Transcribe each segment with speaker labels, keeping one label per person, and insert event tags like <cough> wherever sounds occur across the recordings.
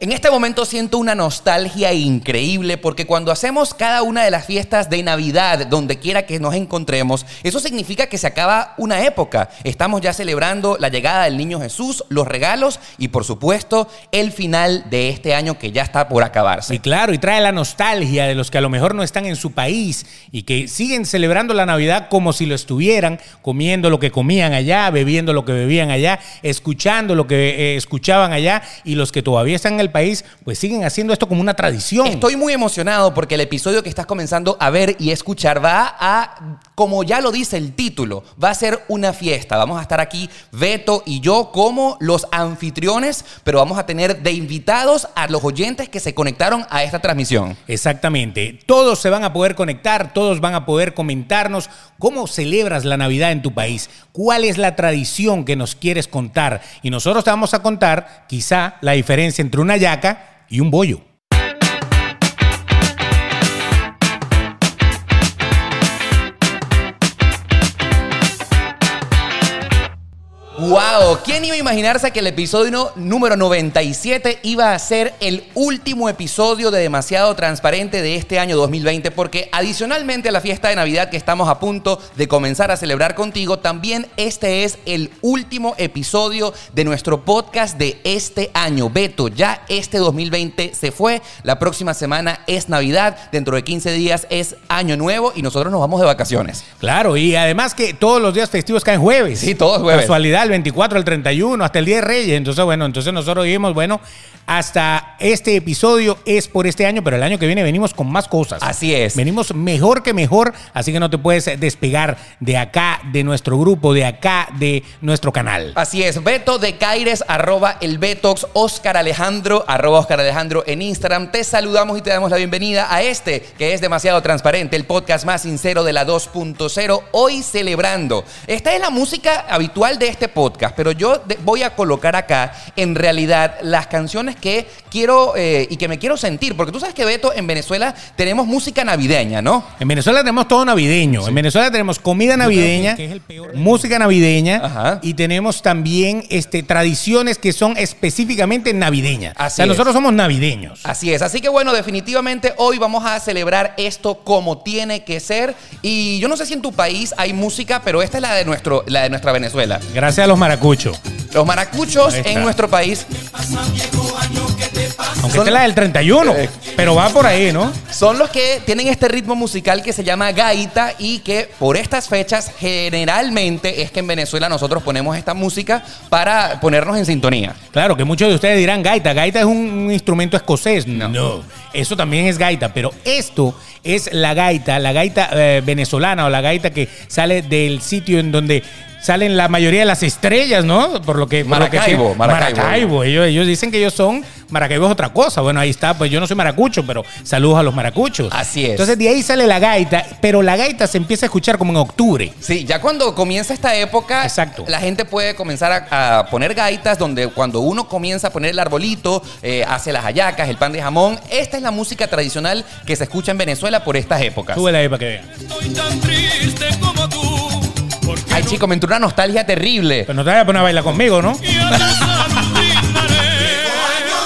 Speaker 1: En este momento siento una nostalgia increíble porque cuando hacemos cada una de las fiestas de Navidad, donde quiera que nos encontremos, eso significa que se acaba una época. Estamos ya celebrando la llegada del niño Jesús, los regalos y por supuesto el final de este año que ya está por acabarse.
Speaker 2: Y claro, y trae la nostalgia de los que a lo mejor no están en su país y que siguen celebrando la Navidad como si lo estuvieran, comiendo lo que comían allá, bebiendo lo que bebían allá, escuchando lo que eh, escuchaban allá y los que todavía están en el país, pues siguen haciendo esto como una tradición.
Speaker 1: Estoy muy emocionado porque el episodio que estás comenzando a ver y escuchar va a, como ya lo dice el título, va a ser una fiesta. Vamos a estar aquí Beto y yo como los anfitriones, pero vamos a tener de invitados a los oyentes que se conectaron a esta transmisión.
Speaker 2: Exactamente. Todos se van a poder conectar, todos van a poder comentarnos cómo celebras la Navidad en tu país, cuál es la tradición que nos quieres contar. Y nosotros te vamos a contar quizá la diferencia entre una yaca y un bollo.
Speaker 1: ¡Wow! ¿Quién iba a imaginarse que el episodio no- número 97 iba a ser el último episodio de Demasiado Transparente de este año 2020? Porque adicionalmente a la fiesta de Navidad que estamos a punto de comenzar a celebrar contigo, también este es el último episodio de nuestro podcast de este año. Beto, ya este 2020 se fue, la próxima semana es Navidad, dentro de 15 días es Año Nuevo y nosotros nos vamos de vacaciones.
Speaker 2: Claro, y además que todos los días festivos caen jueves.
Speaker 1: Sí, todos jueves.
Speaker 2: Casualidad, el 24, el 31, hasta el Día de Reyes. Entonces, bueno, entonces nosotros dijimos, bueno, hasta este episodio es por este año, pero el año que viene venimos con más cosas.
Speaker 1: Así es.
Speaker 2: Venimos mejor que mejor, así que no te puedes despegar de acá, de nuestro grupo, de acá, de nuestro canal.
Speaker 1: Así es, Beto de Caires, arroba el Betox, Oscar Alejandro, arroba Oscar Alejandro en Instagram. Te saludamos y te damos la bienvenida a este, que es demasiado transparente, el podcast más sincero de la 2.0, hoy celebrando. Esta es la música habitual de este podcast, pero yo de- voy a colocar acá, en realidad, las canciones que quiero eh, y que me quiero sentir, porque tú sabes que Beto, en Venezuela tenemos música navideña, ¿no?
Speaker 2: En Venezuela tenemos todo navideño. En Venezuela tenemos comida navideña, música navideña
Speaker 1: Ajá.
Speaker 2: y tenemos también este, tradiciones que son específicamente navideñas.
Speaker 1: Así
Speaker 2: o sea,
Speaker 1: es.
Speaker 2: nosotros somos navideños.
Speaker 1: Así es, así que bueno, definitivamente hoy vamos a celebrar esto como tiene que ser. Y yo no sé si en tu país hay música, pero esta es la de, nuestro, la de nuestra Venezuela.
Speaker 2: Gracias a los maracuchos.
Speaker 1: Los maracuchos
Speaker 2: Ahí está.
Speaker 1: en nuestro país
Speaker 2: Aunque
Speaker 1: Son-
Speaker 2: esta es la del 31,
Speaker 1: Eh.
Speaker 2: pero va por ahí, ¿no?
Speaker 1: son los que tienen este ritmo musical que se llama gaita y que por estas fechas generalmente es que en Venezuela nosotros ponemos esta música para ponernos en sintonía.
Speaker 2: Claro, que muchos de ustedes dirán gaita. Gaita es un, un instrumento escocés. No. eso también es gaita. Pero esto es la gaita, la gaita eh, venezolana o la gaita que sale del sitio en donde salen la mayoría de las estrellas, ¿no? Por lo que. por lo que-
Speaker 1: Maracaibo, Maracaibo.
Speaker 2: Maracaibo. Ellos, ellos dicen que ellos son. Maracaibo es otra cosa. Bueno, ahí está. Pues yo no soy maracucho, pero saludos a los maracuchos.
Speaker 1: Así es.
Speaker 2: Entonces de ahí sale la gaita, pero la gaita se empieza a escuchar como en octubre.
Speaker 1: Sí, ya cuando comienza esta época,
Speaker 2: Exacto.
Speaker 1: la gente puede comenzar a, a poner gaitas, donde cuando uno comienza a poner el arbolito, eh, hace las hallacas, el pan de jamón. Esta es la música tradicional que se escucha en Venezuela por estas épocas.
Speaker 2: Súbela ahí para que vean.
Speaker 3: Estoy tan triste como tú, porque
Speaker 1: Ay, chico, me entró una nostalgia terrible.
Speaker 2: Pero no te vayas a poner a bailar conmigo, ¿no?
Speaker 3: y a tu salud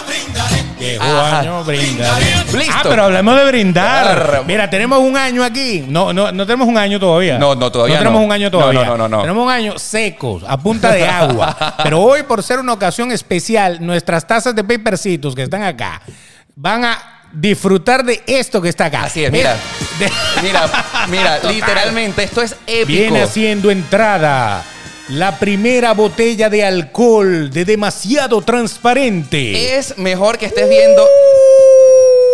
Speaker 3: brindaré.
Speaker 2: Viejo
Speaker 1: Ajá.
Speaker 2: año, brindar.
Speaker 1: Listo.
Speaker 2: Ah, pero hablemos de brindar.
Speaker 1: Claro.
Speaker 2: Mira, tenemos un año aquí. No, no, no tenemos un año todavía.
Speaker 1: No, no, todavía
Speaker 2: No tenemos
Speaker 1: no.
Speaker 2: un año todavía.
Speaker 1: No, no, no, no, no.
Speaker 2: Tenemos un año secos, a punta de
Speaker 1: <laughs>
Speaker 2: agua. pero hoy, por ser una ocasión especial, nuestras tazas de papercitos que están acá van a disfrutar de esto que está acá.
Speaker 1: Así es, mira.
Speaker 2: de-
Speaker 1: Mira, mira,
Speaker 2: <laughs> Total.
Speaker 1: literalmente, esto es épico.
Speaker 2: Viene haciendo entrada la primera botella de alcohol de demasiado transparente.
Speaker 1: Es mejor que estés viendo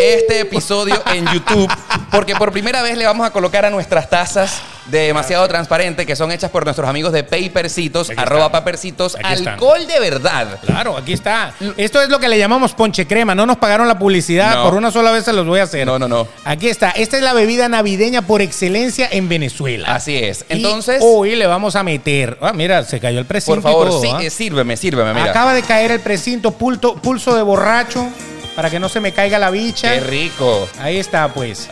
Speaker 1: este episodio en YouTube porque por primera vez le vamos a colocar a nuestras tazas de demasiado transparente que son hechas por nuestros amigos de Papercitos,
Speaker 2: Ah, Aquí
Speaker 1: arroba
Speaker 2: están.
Speaker 1: Papercitos,
Speaker 2: Aquí están.
Speaker 1: alcohol de verdad.
Speaker 2: Claro, aquí está. Ah, Esto es lo que le llamamos ponche crema. No nos pagaron la publicidad.
Speaker 1: No.
Speaker 2: Por una sola vez se los voy a hacer.
Speaker 1: No, no, no.
Speaker 2: Aquí está. Esta es la bebida navideña por excelencia en Venezuela.
Speaker 1: Así es.
Speaker 2: Y
Speaker 1: Entonces,
Speaker 2: hoy le vamos a meter. Ah, mira, se cayó el precinto.
Speaker 1: por
Speaker 2: y
Speaker 1: favor,
Speaker 2: todo,
Speaker 1: sí,
Speaker 2: ¿ah?
Speaker 1: eh, sírveme, sírveme, mira.
Speaker 2: Acaba de caer el precinto, pulto- pulso de borracho para que no se me caiga la bicha.
Speaker 1: Qué rico.
Speaker 2: Ahí está,
Speaker 1: <laughs>
Speaker 2: pues.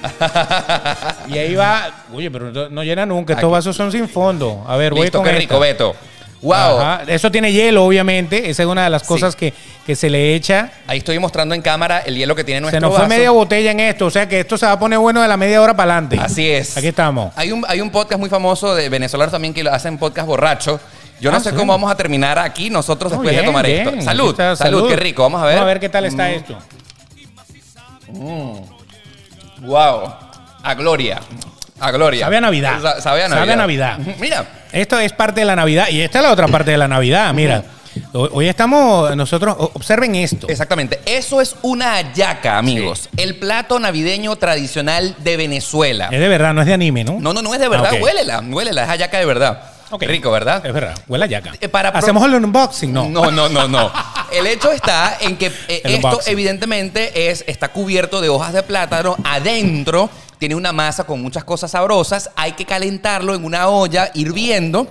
Speaker 2: y ahí va. Oye, pero no, no llena nunca. Estos
Speaker 1: Aquí.
Speaker 2: vasos son sin fondo. A ver, voy
Speaker 1: Listo,
Speaker 2: con
Speaker 1: qué
Speaker 2: esta.
Speaker 1: rico, Beto. Wow.
Speaker 2: Ajá. Eso tiene hielo, obviamente. Esa es una de las cosas que, que se le echa.
Speaker 1: Ahí estoy mostrando en cámara el hielo que tiene nuestro
Speaker 2: se nos fue
Speaker 1: vaso.
Speaker 2: media botella en esto. O sea que esto se va a poner bueno de la media hora para adelante.
Speaker 1: Así es.
Speaker 2: Aquí estamos.
Speaker 1: Hay un, hay un podcast muy famoso de venezolanos también que lo hacen podcast borracho. Yo no
Speaker 2: Ah,
Speaker 1: sé
Speaker 2: sí.
Speaker 1: cómo vamos a terminar aquí nosotros
Speaker 2: No,
Speaker 1: después de
Speaker 2: bien,
Speaker 1: tomar
Speaker 2: bien.
Speaker 1: esto.
Speaker 2: Aquí
Speaker 1: Salud,
Speaker 2: está,
Speaker 1: salud, qué rico. Vamos a ver. Mm.
Speaker 2: Vamos a ver qué tal está esto.
Speaker 1: Wow. Mm. A gloria. A gloria.
Speaker 2: Sabe a Navidad.
Speaker 1: Sa- sabe a Navidad.
Speaker 2: Sabe a Navidad.
Speaker 1: Ujú. Mira.
Speaker 2: Esto es parte de la Navidad y esta es la otra parte de la Navidad. Mira, hoy hoy estamos nosotros, o- observen esto.
Speaker 1: Exactamente. Eso es una hallaca, amigos. El plato navideño tradicional de Venezuela.
Speaker 2: Es de verdad, no es de anime, ¿no?
Speaker 1: No, no, no es de verdad.
Speaker 2: Ah, ok.
Speaker 1: Huélela, huélela. Es hallaca de verdad.
Speaker 2: Ok.
Speaker 1: Rico, ¿verdad?
Speaker 2: Es verdad, huele a yaca.
Speaker 1: Eh, para pro-
Speaker 2: Hacemos el unboxing, ¿no?
Speaker 1: No, no, no, no. El hecho está en que eh,
Speaker 2: El
Speaker 1: esto
Speaker 2: unboxing.
Speaker 1: evidentemente es, está cubierto de hojas de plátano. Adentro tiene una masa con muchas cosas sabrosas. Hay que calentarlo en una olla hirviendo.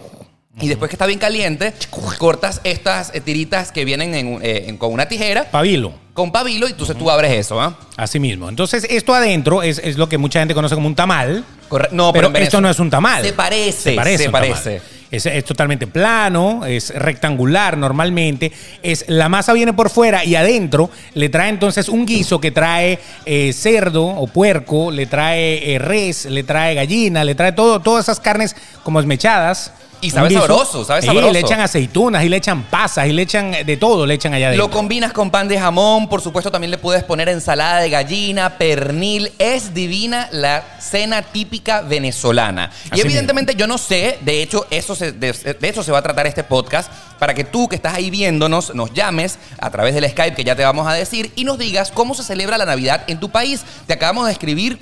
Speaker 1: Y después que está bien caliente, cortas estas eh, tiritas que vienen en un- eh, en- con una tijera,
Speaker 2: <laughs> Pabilo.
Speaker 1: con pabilo, y entonces tú abres eso, ¿ah?
Speaker 2: Así mismo. Entonces, esto adentro es, es lo que mucha gente conoce como un tamal.
Speaker 1: Corre- No,
Speaker 2: pero
Speaker 1: en Venezuela-
Speaker 2: esto no es un tamal.
Speaker 1: Se parece, se parece.
Speaker 2: un tamal. Es, es totalmente plano, es rectangular normalmente. Es, la masa viene por fuera y adentro le trae entonces un guiso que trae eh, cerdo o puerco, le trae eh, res, le trae gallina, le trae todo, todas esas carnes como esmechadas.
Speaker 1: Y
Speaker 2: Un
Speaker 1: sabe
Speaker 2: guiso.
Speaker 1: sabroso, sabe
Speaker 2: Sí,
Speaker 1: sabroso.
Speaker 2: le echan aceitunas y le echan pasas y le echan de todo, le echan allá adentro.
Speaker 1: Lo combinas con pan de jamón, por supuesto también le puedes poner ensalada de gallina, pernil, es divina la cena típica venezolana. y
Speaker 2: Así
Speaker 1: evidentemente yo no sé, de hecho eso se, de, de eso se va a tratar este podcast, para que tú que estás ahí viéndonos nos llames a través del Skype que ya te vamos a decir y nos digas cómo se celebra la Navidad en tu país. Te acabamos de escribir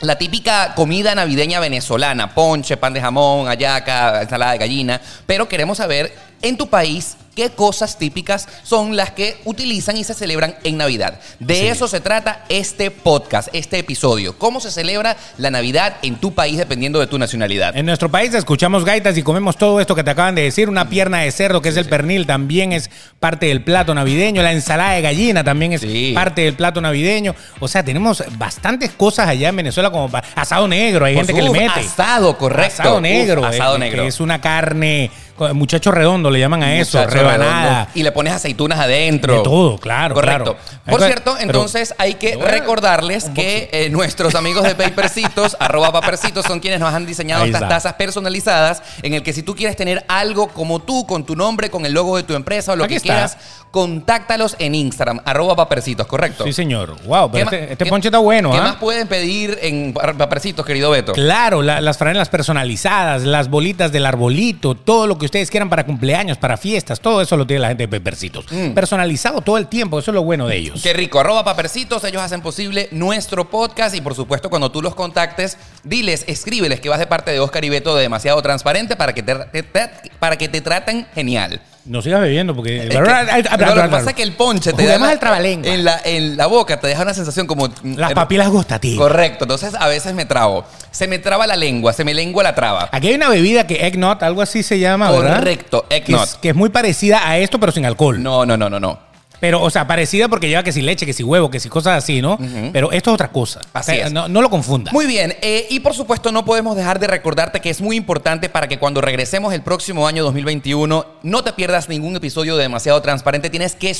Speaker 1: la típica comida navideña venezolana, ponche, pan de jamón, ayaca, ensalada de gallina, pero queremos saber en tu país qué cosas típicas son las que utilizan y se celebran en Navidad. De eso se trata este podcast, este episodio. ¿Cómo se celebra la Navidad en tu país dependiendo de tu nacionalidad?
Speaker 2: En nuestro país escuchamos gaitas y comemos todo esto que te acaban de decir. Una pierna de cerdo, que es el pernil, también es parte del plato navideño. La ensalada de gallina también es
Speaker 1: Sí.
Speaker 2: parte del plato navideño. O sea, tenemos bastantes cosas allá en Venezuela como pa- asado negro. Hay
Speaker 1: Por
Speaker 2: gente
Speaker 1: su-
Speaker 2: que le
Speaker 1: uf,
Speaker 2: mete.
Speaker 1: Asado, correcto.
Speaker 2: Asado
Speaker 1: Uf,
Speaker 2: negro. eh,
Speaker 1: asado
Speaker 2: que
Speaker 1: negro.
Speaker 2: es una carne. co- Muchacho redondo le llaman a eso.
Speaker 1: Muchacho
Speaker 2: rebanada.
Speaker 1: redondo. Y le pones aceitunas adentro.
Speaker 2: De todo, claro,
Speaker 1: Correcto.
Speaker 2: claro.
Speaker 1: Por
Speaker 2: Pero-
Speaker 1: cierto, entonces hay que
Speaker 2: Yo voy a-
Speaker 1: recordarles
Speaker 2: un
Speaker 1: que eh, nuestros amigos
Speaker 2: <laughs>
Speaker 1: de Papercitos, arroba Papercitos, son quienes nos han diseñado
Speaker 2: Ahí
Speaker 1: estas
Speaker 2: está.
Speaker 1: tazas personalizadas en el que si tú quieres tener algo como tú, con tu nombre, con el logo de tu empresa o lo
Speaker 2: Aquí
Speaker 1: que
Speaker 2: está.
Speaker 1: quieras, contáctalos en Instagram, arroba Papercitos, ¿correcto?
Speaker 2: Sí, señor. Wow,
Speaker 1: ¿Qué
Speaker 2: pero
Speaker 1: ma-
Speaker 2: este, este
Speaker 1: qué-
Speaker 2: ponche está bueno,
Speaker 1: ¿Qué
Speaker 2: ¿ah?
Speaker 1: más pueden pedir en Papercitos, querido Beto?
Speaker 2: Claro, la- las franelas personalizadas, las bolitas del arbolito, todo lo que ustedes quieran para cumpleaños, para fiestas, todo eso lo tiene la gente de Pepercitos.
Speaker 1: Mm.
Speaker 2: Personalizado todo el tiempo, eso es lo bueno de ellos.
Speaker 1: Qué rico, arroba papercitos, ellos hacen posible nuestro podcast y por supuesto cuando tú los contactes, diles, escríbeles que vas de parte de Oscar y Beto de Demasiado Transparente para que te, te- te- para que te traten genial.
Speaker 2: No sigas bebiendo porque...
Speaker 1: Es que- no, lo que pasa es que el ponche te da
Speaker 2: Juguemos
Speaker 1: la-
Speaker 2: al trabalengua.
Speaker 1: en la, en la boca, te deja una sensación como... mm, eh,
Speaker 2: Las papilas gustativas.
Speaker 1: Correcto, entonces a veces me trabo. Se me traba la lengua, se me lengua la traba.
Speaker 2: Aquí hay una bebida que Eggnot, algo así se llama, Ah, ¿verdad?
Speaker 1: Correcto,
Speaker 2: Que es,
Speaker 1: Eggnot.
Speaker 2: que es muy parecida a esto, pero sin alcohol.
Speaker 1: No, no, no, no, no.
Speaker 2: Pero, o sea, parecida porque lleva que si leche, que si huevo, que si cosas así, ¿no? Pero esto es otra cosa.
Speaker 1: Así
Speaker 2: O sea,
Speaker 1: es.
Speaker 2: No, no lo confunda.
Speaker 1: Muy bien, eh, y por supuesto no podemos dejar de recordarte que es muy importante para que cuando regresemos el próximo año 2021 no te pierdas ningún episodio de Demasiado Transparente, tienes que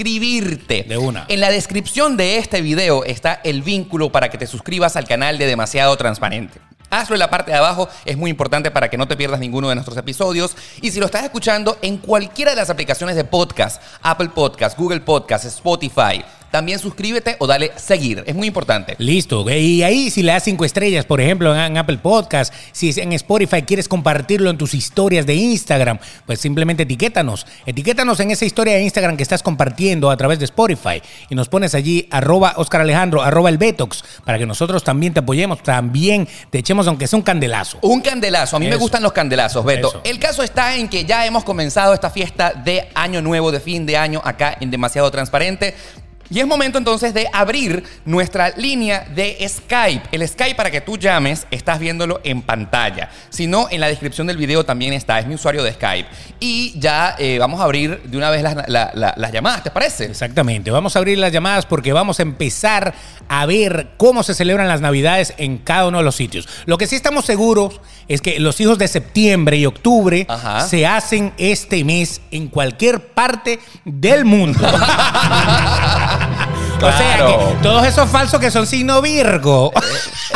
Speaker 1: suscribirte.
Speaker 2: De una.
Speaker 1: En la descripción de este video está el vínculo para que te suscribas al canal de Demasiado Transparente. Hazlo en la parte de abajo, es muy importante para que no te pierdas ninguno de nuestros episodios. Y si lo estás escuchando en cualquiera de las aplicaciones de podcast, Apple Podcast, Google Podcast, Spotify, también suscríbete o dale seguir, es muy importante.
Speaker 2: Listo. Y ahí si le das cinco estrellas, por ejemplo, en- en Apple Podcast, si es en Spotify quieres compartirlo en tus historias de Instagram, pues simplemente etiquétanos. Etiquétanos en esa historia de Instagram que estás compartiendo a través de Spotify y nos pones allí arroba Oscar Alejandro, arroba el Betox, para que nosotros también te apoyemos, también te echemos aunque sea un candelazo.
Speaker 1: Un candelazo. A mí me
Speaker 2: Eso.
Speaker 1: gustan los candelazos, Beto.
Speaker 2: Eso.
Speaker 1: El caso está en que ya hemos comenzado esta fiesta de Año Nuevo, de fin de año, acá en Demasiado Transparente. Y es momento entonces de abrir nuestra línea de Skype. El Skype para que tú llames, estás viéndolo en pantalla. Si no, en la descripción del video también está, es mi usuario de Skype. Y ya eh, vamos a abrir de una vez las, la- la- las llamadas, ¿te parece?
Speaker 2: Exactamente. Vamos a abrir las llamadas porque vamos a empezar a ver cómo se celebran las Navidades en cada uno de los sitios. Lo que sí estamos seguros es que los hijos de septiembre y octubre
Speaker 1: Ajá.
Speaker 2: se hacen este mes en cualquier parte
Speaker 1: <laughs>
Speaker 2: del mundo. O sea
Speaker 1: Claro.
Speaker 2: que todos esos falsos que son signo
Speaker 1: <laughs>
Speaker 2: Virgo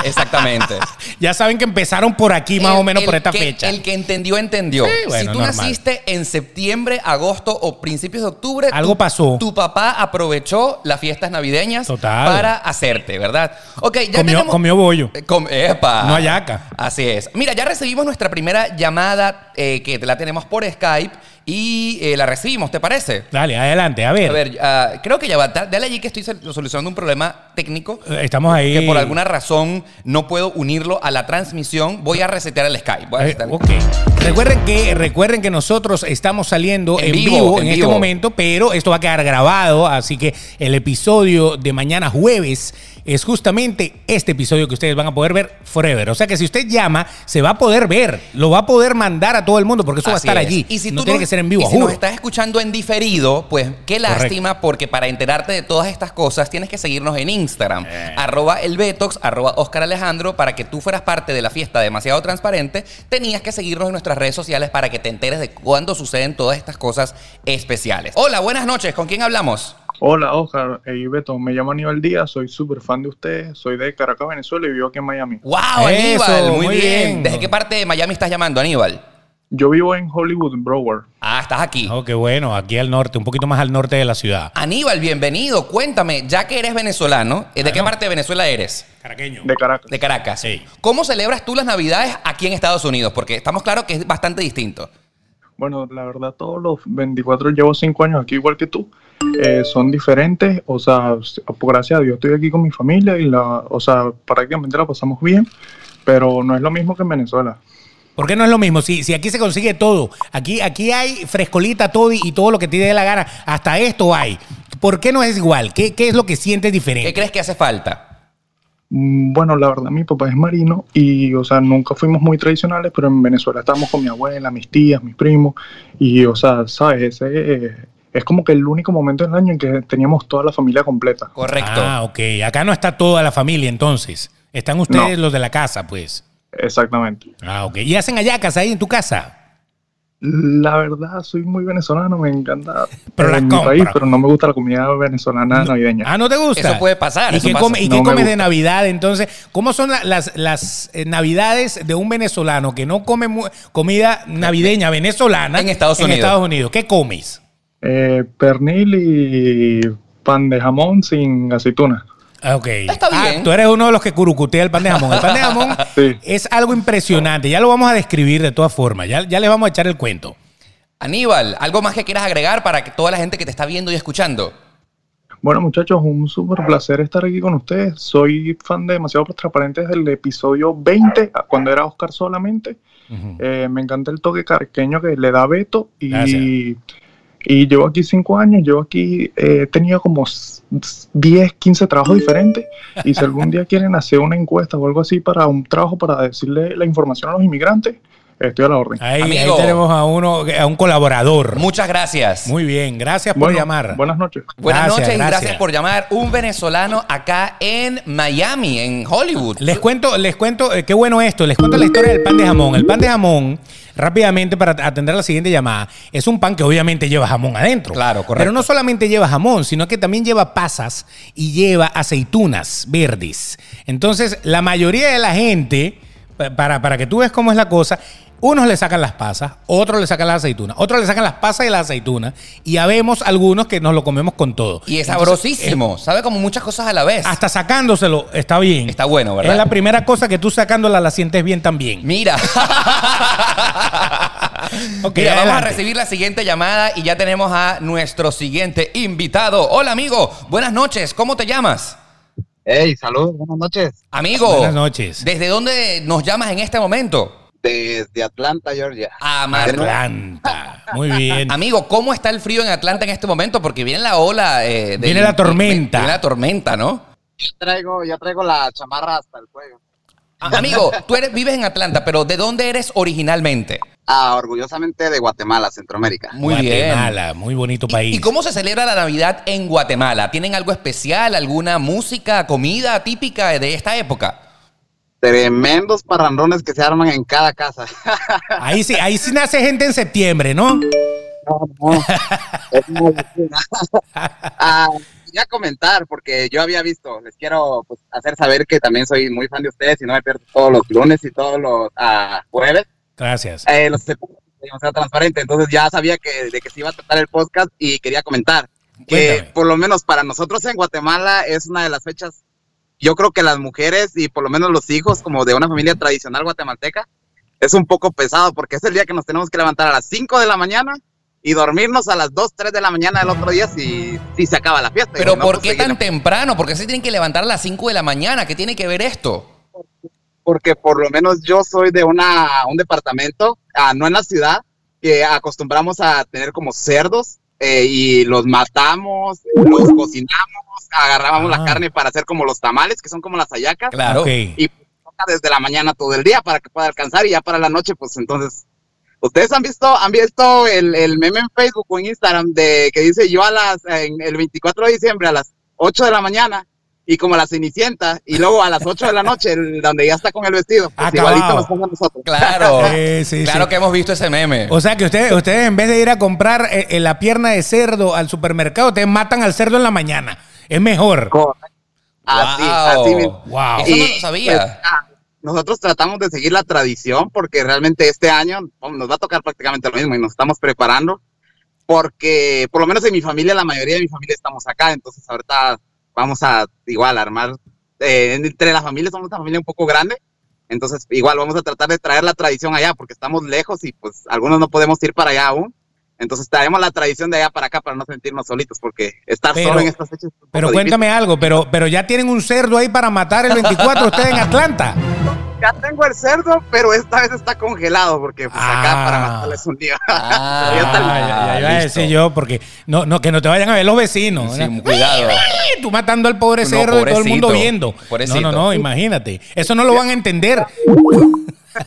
Speaker 1: Exactamente.
Speaker 2: ya saben que empezaron por aquí más
Speaker 1: El-
Speaker 2: o menos
Speaker 1: el
Speaker 2: por esta
Speaker 1: que- eh,
Speaker 2: fecha.
Speaker 1: El que entendió, entendió.
Speaker 2: Sí, bueno,
Speaker 1: si tú
Speaker 2: normal.
Speaker 1: naciste en septiembre, agosto o principios de octubre,
Speaker 2: Algo
Speaker 1: tu-
Speaker 2: pasó.
Speaker 1: Tu papá aprovechó las fiestas navideñas
Speaker 2: Total.
Speaker 1: para hacerte, ¿verdad? Ok, ya
Speaker 2: Comió-
Speaker 1: tenemos-
Speaker 2: comió bollo.
Speaker 1: Eh, com- ¡Epa!
Speaker 2: No hallaca.
Speaker 1: Así es. Mira, ya recibimos nuestra primera llamada eh, que la tenemos por Skype y eh, la recibimos, ¿te parece?
Speaker 2: Dale, adelante, a ver.
Speaker 1: A ver, ah, creo que ya va. Da- Dale allí que estoy sol- solucionando un problema técnico
Speaker 2: Eh, Estamos ahí.
Speaker 1: que por alguna razón no puedo unirlo a la transmisión, voy a resetear el Skype. Voy a
Speaker 2: Eh,
Speaker 1: resetear-
Speaker 2: ok. Recuerden que, recuerden que nosotros estamos saliendo en,
Speaker 1: En
Speaker 2: vivo,
Speaker 1: vivo,
Speaker 2: en,
Speaker 1: en
Speaker 2: este
Speaker 1: vivo.
Speaker 2: momento, pero esto va a quedar grabado, así que el episodio de mañana jueves es justamente este episodio que ustedes van a poder ver forever. O sea que si usted llama, se va a poder ver, lo va a poder mandar a todo el mundo porque eso va a
Speaker 1: Así
Speaker 2: estar
Speaker 1: es.
Speaker 2: allí.
Speaker 1: Y si
Speaker 2: no
Speaker 1: tú
Speaker 2: tiene
Speaker 1: nos-
Speaker 2: que ser en vivo,
Speaker 1: y si nos
Speaker 2: juro.
Speaker 1: estás escuchando en diferido, pues qué
Speaker 2: Correcto.
Speaker 1: lástima, porque para enterarte de todas estas cosas tienes que seguirnos en Instagram,
Speaker 2: Eh.
Speaker 1: arroba el Betox, arroba Oscar Alejandro, para que tú fueras parte de la fiesta demasiado transparente, tenías que seguirnos en nuestras redes sociales para que te enteres de cuándo suceden todas estas cosas especiales. Hola, buenas noches, ¿con quién hablamos?
Speaker 4: Hola, Oscar y Beto. Me llamo Aníbal Díaz, soy súper fan de ustedes. Soy de Caracas, Venezuela y vivo aquí en Miami.
Speaker 1: ¡Wow,
Speaker 2: Eso,
Speaker 1: Ah, Aníbal! Muy,
Speaker 2: muy
Speaker 1: bien.
Speaker 2: bien.
Speaker 1: ¿Desde qué parte de Miami estás llamando, Aníbal?
Speaker 4: Yo vivo en Hollywood, Broward.
Speaker 1: Ah, estás aquí.
Speaker 2: Oh, qué bueno, aquí al norte, un poquito más al norte de la ciudad.
Speaker 1: Aníbal, bienvenido. Cuéntame, ya que eres venezolano, ¿eh, ¿de qué parte de Venezuela eres?
Speaker 2: Caraqueño.
Speaker 4: de Caracas.
Speaker 1: De Caracas.
Speaker 2: Sí.
Speaker 1: ¿Cómo celebras tú las Navidades aquí en Estados Unidos? Porque estamos claros que es bastante distinto.
Speaker 4: Bueno, la verdad, todos los 24 llevo 5 años aquí, igual que tú. Eh, son diferentes, o sea, s- gracias a Dios estoy aquí con mi familia y la, o sea, prácticamente la pasamos bien, pero no es lo mismo que en Venezuela.
Speaker 2: ¿Por qué no es lo mismo? Si, si aquí se consigue todo, aquí, aquí hay frescolita, todo y todo lo que te dé la gana, hasta esto hay. ¿Por qué no es igual? ¿Qué, qué es lo que sientes
Speaker 1: ¿Qué
Speaker 2: diferente?
Speaker 1: crees que hace falta?
Speaker 4: Mm, Bueno, la verdad, mi papá es marino y, o sea, nunca fuimos muy tradicionales, pero en Venezuela estábamos con mi abuela, mis tías, mis primos y, o sea, sabes, ese eh, es como que el único momento del año en que teníamos toda la familia completa.
Speaker 1: Correcto.
Speaker 2: Ah, ok. Acá no está toda la familia entonces. Están ustedes los de la casa, pues.
Speaker 4: Exactamente.
Speaker 2: Ah, ok. ¿Y hacen hallacas ahí en tu casa?
Speaker 4: La verdad, soy muy venezolano, me encanta
Speaker 2: Pero
Speaker 4: eh,
Speaker 2: las
Speaker 4: mi
Speaker 2: compra.
Speaker 4: país, pero no me gusta la comida venezolana navideña.
Speaker 2: Ah, ¿no te gusta?
Speaker 1: Eso puede pasar,
Speaker 2: ¿Y
Speaker 1: eso
Speaker 2: qué,
Speaker 1: pasa.
Speaker 2: come- y
Speaker 4: No
Speaker 2: qué
Speaker 4: me
Speaker 2: comes de
Speaker 4: gusta.
Speaker 2: Navidad entonces? ¿Cómo son la- las, las eh, Navidades de un venezolano que no come mu- comida navideña venezolana
Speaker 1: En Estados Unidos.
Speaker 2: Estados Unidos? ¿Qué comes?
Speaker 4: Eh, pernil y pan de jamón sin aceituna.
Speaker 2: Ah, Ok.
Speaker 1: Está bien.
Speaker 2: Ah, tú eres uno de los que curucutea el pan de jamón. El pan
Speaker 1: <laughs>
Speaker 2: de jamón
Speaker 4: Sí.
Speaker 2: es algo impresionante. Ya lo vamos a describir de todas formas. Ya, ya les vamos a echar el cuento.
Speaker 1: Aníbal, ¿algo más que quieras agregar para que toda la gente que te está viendo y escuchando?
Speaker 4: Bueno, muchachos, un súper placer estar aquí con ustedes. Soy fan de Demasiado Transparente desde el episodio 20, a- cuando era Oscar solamente. Eh, me encanta el toque carqueño que le da Beto. Y,
Speaker 2: Gracias.
Speaker 4: y llevo aquí cinco años. Llevo aquí, eh, he tenido como s- s- 10, 15 trabajos diferentes. Y si algún día quieren hacer una encuesta o algo así para un trabajo para decirle la información a los inmigrantes, estoy a la orden.
Speaker 2: Ahí, ahí
Speaker 1: Amigo.
Speaker 2: tenemos a uno, a un colaborador. Muy,
Speaker 1: Muchas gracias.
Speaker 2: bien, gracias por
Speaker 4: Bueno,
Speaker 2: llamar.
Speaker 4: Buenas noches.
Speaker 1: Buenas
Speaker 2: Gracias,
Speaker 1: noches y gracias.
Speaker 2: gracias
Speaker 1: por llamar un venezolano acá en Miami, en Hollywood.
Speaker 2: Les cuento, les cuento, eh, qué bueno esto, les cuento la historia del pan de jamón. El pan de jamón, rápidamente para atender la siguiente llamada, es un pan que obviamente lleva jamón adentro.
Speaker 1: Claro, correcto.
Speaker 2: Pero no solamente lleva jamón, sino que también lleva pasas y lleva aceitunas verdes. Entonces, la mayoría de la gente, pa- para, para que tú veas cómo es la cosa, unos le sacan las pasas, otros le sacan las aceitunas, otros le sacan las pasas y las aceitunas, y habemos algunos que nos lo comemos con todo.
Speaker 1: y es
Speaker 2: Entonces,
Speaker 1: sabrosísimo. Sabe como muchas cosas a la vez.
Speaker 2: hasta sacándoselo está bien.
Speaker 1: Está bueno, ¿verdad?
Speaker 2: Es la primera cosa que tú sacándola la sientes bien también.
Speaker 1: Mira.
Speaker 2: Ok,
Speaker 1: Mira, vamos a
Speaker 2: adelante.
Speaker 1: recibir la siguiente llamada y ya tenemos a nuestro siguiente invitado. Hola, amigo. Buenas noches. ¿Cómo te llamas?
Speaker 5: Hey, saludos, buenas noches.
Speaker 1: Amigo.
Speaker 2: <laughs> Buenas noches.
Speaker 1: ¿Desde dónde nos llamas en este momento?
Speaker 5: Desde Atlanta, Georgia.
Speaker 1: A Mar-
Speaker 2: Atlanta. Muy bien.
Speaker 1: Amigo, ¿cómo está el frío en Atlanta en este momento? Porque viene la ola. eh, del-
Speaker 2: Viene la tormenta.
Speaker 1: Viene la tormenta, ¿no?
Speaker 5: Yo traigo, yo traigo la chamarra hasta el cuello.
Speaker 1: Amigo, tú eres, vives en Atlanta, pero ¿de dónde eres originalmente?
Speaker 5: Ah, orgullosamente de Guatemala, Centroamérica.
Speaker 1: Muy bien.
Speaker 2: Guatemala, muy bonito
Speaker 1: ¿Y-
Speaker 2: país.
Speaker 1: ¿Y, cómo se celebra la Navidad en Guatemala? ¿Tienen algo especial, alguna música, comida típica de esta época?
Speaker 5: Tremendos parrandones que se arman en cada casa.
Speaker 2: <laughs> Ahí sí, ahí sí nace gente en septiembre, ¿no?
Speaker 5: No, no. Es una locura. Ah, quería comentar, porque yo había visto, les quiero pues, hacer saber que también soy muy fan de ustedes y no me pierdo todos los lunes y todos los ah, jueves.
Speaker 2: Gracias.
Speaker 5: Eh, los septiembre, o sea, transparente, entonces ya sabía que, de que se iba a tratar el podcast y quería comentar que
Speaker 2: Cuéntame.
Speaker 5: por lo menos para nosotros en Guatemala es una de las fechas, yo creo que las mujeres y por lo menos los hijos como de una familia tradicional guatemalteca es un poco pesado porque es el día que nos tenemos que levantar a las 5 de la mañana y dormirnos a las 2, 3 de la mañana del otro día si, si se acaba la fiesta.
Speaker 1: ¿Pero
Speaker 5: Y no,
Speaker 1: por
Speaker 5: pues,
Speaker 1: qué
Speaker 5: seguir-
Speaker 1: tan temprano? ¿Por qué se tienen que levantar a las 5 de la mañana? ¿Qué tiene que ver esto?
Speaker 5: <laughs> porque por lo menos yo soy de una, un departamento, ah, no en la ciudad, que acostumbramos a tener como cerdos eh, y los matamos, los cocinamos, agarrábamos
Speaker 2: Ah.
Speaker 5: la carne para hacer como los tamales, que son como las hallacas,
Speaker 1: Claro.
Speaker 2: Ok.
Speaker 5: y toca desde la mañana todo el día para que pueda alcanzar y ya para la noche, pues entonces... Ustedes han visto, han visto el, el meme en Facebook o en Instagram de que dice yo a las en el 24 de diciembre a las 8 de la mañana y como a las Cenicienta y luego a las 8 de la noche el- donde ya está con el vestido. Pues
Speaker 2: Acabado.
Speaker 5: igualito nos pasa a nosotros.
Speaker 1: Claro.
Speaker 2: <laughs> Sí, sí,
Speaker 1: claro
Speaker 2: sí.
Speaker 1: que hemos visto ese meme.
Speaker 2: <laughs> O sea que ustedes, ustedes en vez de ir a comprar eh, eh, la pierna de cerdo al supermercado, ustedes matan al cerdo en la mañana. Es mejor.
Speaker 5: Correcto. Así, así mismo.
Speaker 2: Wow.
Speaker 1: Eso no
Speaker 5: Y,
Speaker 1: lo sabía.
Speaker 5: pues, ah, nosotros tratamos de seguir la tradición porque realmente este año oh, nos va a tocar prácticamente lo mismo y nos estamos preparando porque por lo menos en mi familia, la mayoría de mi familia estamos acá, entonces ahorita vamos a igual armar, eh, entre las familias somos una familia un poco grande, entonces igual vamos a tratar de traer la tradición allá porque estamos lejos y pues algunos no podemos ir para allá aún. Entonces traemos la tradición de allá para acá para no sentirnos solitos, porque estar
Speaker 2: Pero-
Speaker 5: solo en estas fechas es un poco
Speaker 2: Pero
Speaker 5: difícil.
Speaker 2: cuéntame algo, pero, pero ya tienen un cerdo ahí para matar el 24 ustedes en Atlanta.
Speaker 5: Ya tengo el cerdo, pero esta vez está congelado porque pues,
Speaker 2: Ah.
Speaker 5: acá para matarles un día. <laughs>
Speaker 1: Ah,
Speaker 5: ya está.
Speaker 2: Ah, ya, ya iba a
Speaker 1: listo.
Speaker 2: decir yo, porque no, no, que no te vayan a ver los vecinos.
Speaker 1: Sí,
Speaker 2: ¿verdad?
Speaker 1: cuidado.
Speaker 2: Ay, Tú matando al pobre
Speaker 1: No,
Speaker 2: cerdo y todo el mundo
Speaker 1: pobrecito,
Speaker 2: viendo.
Speaker 1: pobrecito.
Speaker 2: No, no, no, imagínate. Eso no lo van a entender.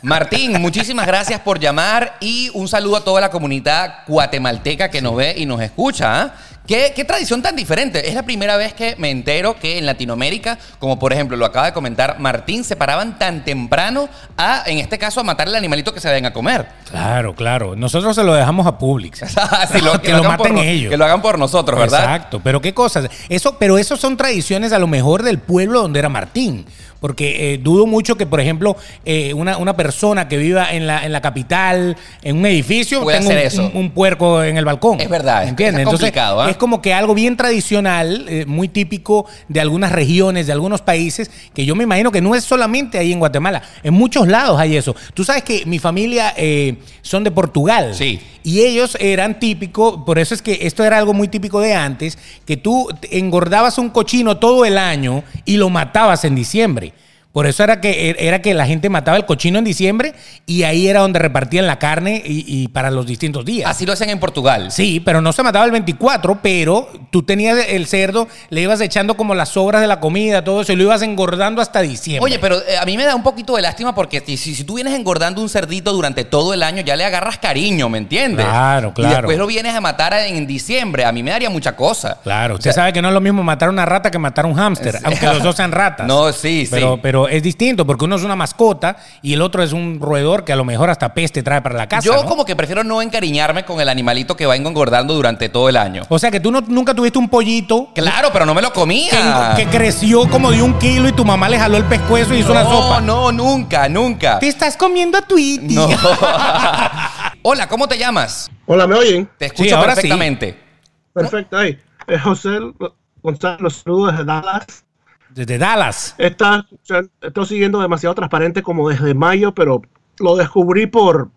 Speaker 1: Martín, muchísimas gracias por llamar y un saludo a toda la comunidad guatemalteca que nos ve y nos escucha. ¿ah? ¿Qué, qué tradición tan diferente. Es la primera vez que me entero que en Latinoamérica, como por ejemplo lo acaba de comentar Martín, se paraban tan temprano a, en este caso, a matar el animalito que se vayan a comer.
Speaker 2: Claro, claro. Nosotros se lo dejamos a Publix.
Speaker 1: Si lo-
Speaker 2: <laughs> que lo
Speaker 1: hagan por
Speaker 2: maten
Speaker 1: no-
Speaker 2: ellos.
Speaker 1: <laughs> Que lo hagan por nosotros, ¿verdad?
Speaker 2: Exacto, pero qué cosas. Eso, pero eso son tradiciones a lo mejor del pueblo donde era Martín. Porque eh, dudo mucho que, por ejemplo, eh, una, una persona que viva en la, en la capital, en un edificio,
Speaker 1: Puede
Speaker 2: tenga un,
Speaker 1: hacer eso.
Speaker 2: un- un puerco en el balcón.
Speaker 1: Es verdad, es-
Speaker 2: ¿Entiendes?
Speaker 1: es
Speaker 2: Entonces,
Speaker 1: complicado, ¿ah?
Speaker 2: es como que algo bien tradicional, eh, muy típico de algunas regiones, de algunos países, que yo me imagino que no es solamente ahí en Guatemala. En muchos lados hay eso. Tú sabes que mi familia eh, son de Portugal.
Speaker 1: Sí.
Speaker 2: Y ellos eran típico, por eso es que esto era algo muy típico de antes, que tú te- engordabas un cochino todo el año y lo matabas en diciembre. Por eso era que, er- era que la gente mataba el cochino en diciembre y ahí era donde repartían la carne y, y para los distintos días.
Speaker 1: Así lo hacen en Portugal.
Speaker 2: Sí, pero no se mataba el 24, pero tú tenías el cerdo, le ibas echando como las sobras de la comida, todo eso, y lo ibas engordando hasta diciembre.
Speaker 1: Oye, pero eh, a mí me da un poquito de lástima porque si, si- si tú vienes engordando un cerdito durante todo el año, ya le agarras cariño, ¿me entiendes?
Speaker 2: Claro,
Speaker 1: Y
Speaker 2: claro.
Speaker 1: después lo vienes a matar en diciembre. A mí me daría mucha cosa.
Speaker 2: Claro, usted
Speaker 1: O sea,
Speaker 2: sabe que no es lo mismo matar una rata que matar un hámster, aunque los dos sean ratas.
Speaker 1: <laughs> No, sí, sí.
Speaker 2: pero, Pero es distinto, porque uno es una mascota y el otro es un roedor que a lo mejor hasta peste trae para la casa.
Speaker 1: Yo
Speaker 2: ¿no?
Speaker 1: como que prefiero no encariñarme con el animalito que va engordando durante todo el año.
Speaker 2: O sea que tú no- nunca tuviste un pollito
Speaker 1: Claro, pero no me lo
Speaker 2: que,
Speaker 1: comía.
Speaker 2: que creció como de un kilo y tu mamá le jaló el pescuezo y hizo una
Speaker 1: no,
Speaker 2: sopa.
Speaker 1: no, nunca, nunca.
Speaker 2: Te estás comiendo a tu iti.
Speaker 1: No. <laughs> Hola, ¿cómo te llamas?
Speaker 6: Hola, ¿me oyen?
Speaker 1: Te escucho
Speaker 2: ahora sí.
Speaker 1: perfectamente.
Speaker 6: Perfecto, ahí. Eh, José González, los saludos desde Dallas.
Speaker 2: Desde Dallas.
Speaker 6: Está, estoy siguiendo demasiado transparente como desde mayo, pero lo descubrí por,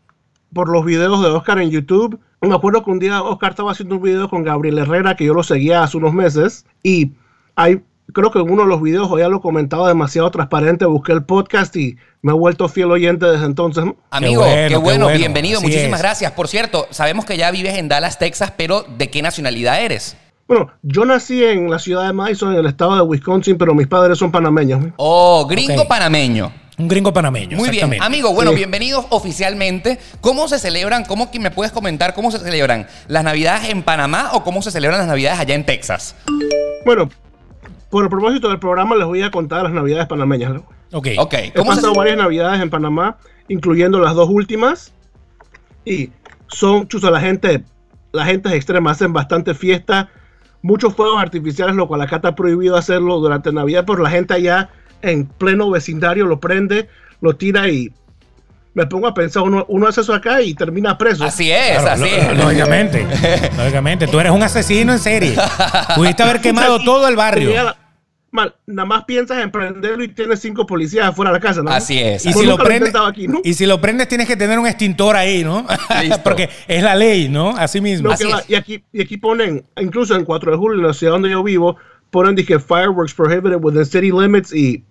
Speaker 6: por los videos de Oscar en YouTube. Me acuerdo que un día Oscar estaba haciendo un video con Gabriel Herrera, que yo lo seguía hace unos meses, y hay creo que en uno de los videos, o ya lo he comentado demasiado transparente, busqué el podcast y me he vuelto fiel oyente desde entonces. ¿no?
Speaker 1: Amigo, qué bueno,
Speaker 2: Qué bueno, qué bueno.
Speaker 1: bienvenido,
Speaker 2: Así
Speaker 1: muchísimas
Speaker 2: es.
Speaker 1: gracias. Por cierto, sabemos que ya vives en Dallas, Texas, pero ¿de qué nacionalidad eres?
Speaker 6: Bueno, yo nací en la ciudad de Madison, en el estado de Wisconsin, pero mis padres son panameños. ¿eh? ¿no?
Speaker 1: Oh, gringo
Speaker 2: Ok.
Speaker 1: panameño.
Speaker 2: Un gringo panameño.
Speaker 1: Muy bien,
Speaker 2: exactamente.
Speaker 1: amigo, bueno,
Speaker 6: Sí.
Speaker 1: bienvenidos oficialmente. ¿Cómo se celebran? ¿Cómo que me puedes comentar cómo se celebran las Navidades en Panamá o cómo se celebran las Navidades allá en Texas?
Speaker 6: Bueno, por el propósito del programa les voy a contar las navidades panameñas. ¿no?
Speaker 2: Ok.
Speaker 1: Ok,
Speaker 6: He
Speaker 1: ¿cómo se
Speaker 6: pasado varias navidades en Panamá, incluyendo las dos últimas. Y son, chuzo, la gente, la gente es extrema, hacen bastante fiesta, muchos fuegos artificiales, lo cual acá está prohibido hacerlo durante Navidad, pero la gente allá en pleno vecindario lo prende, lo tira y me pongo a pensar, uno, uno hace eso acá y termina preso.
Speaker 1: Así es,
Speaker 2: Claro,
Speaker 1: así
Speaker 2: lo-
Speaker 1: es. <laughs>
Speaker 2: Lógicamente. lógicamente. Tú eres un asesino en serie. Pudiste haber quemado
Speaker 6: Y-
Speaker 2: todo el
Speaker 6: llega
Speaker 2: barrio.
Speaker 6: la- Mal, nada más piensas en prenderlo y tienes cinco policías afuera de la casa, ¿no?
Speaker 1: Así es.
Speaker 2: Y
Speaker 6: Yo
Speaker 2: si, lo
Speaker 6: nunca he
Speaker 2: prendes,
Speaker 6: intentado aquí, ¿no?
Speaker 2: y si lo prendes, tienes que tener un extintor ahí, ¿no?
Speaker 1: Listo.
Speaker 2: <laughs> Porque es la ley, ¿no? Así mismo.
Speaker 6: No,
Speaker 1: Así
Speaker 6: que va.
Speaker 1: es.
Speaker 6: Y aquí, y aquí ponen, incluso en 4 de julio, en la ciudad donde yo vivo, ponen dije fireworks prohibited within city limits y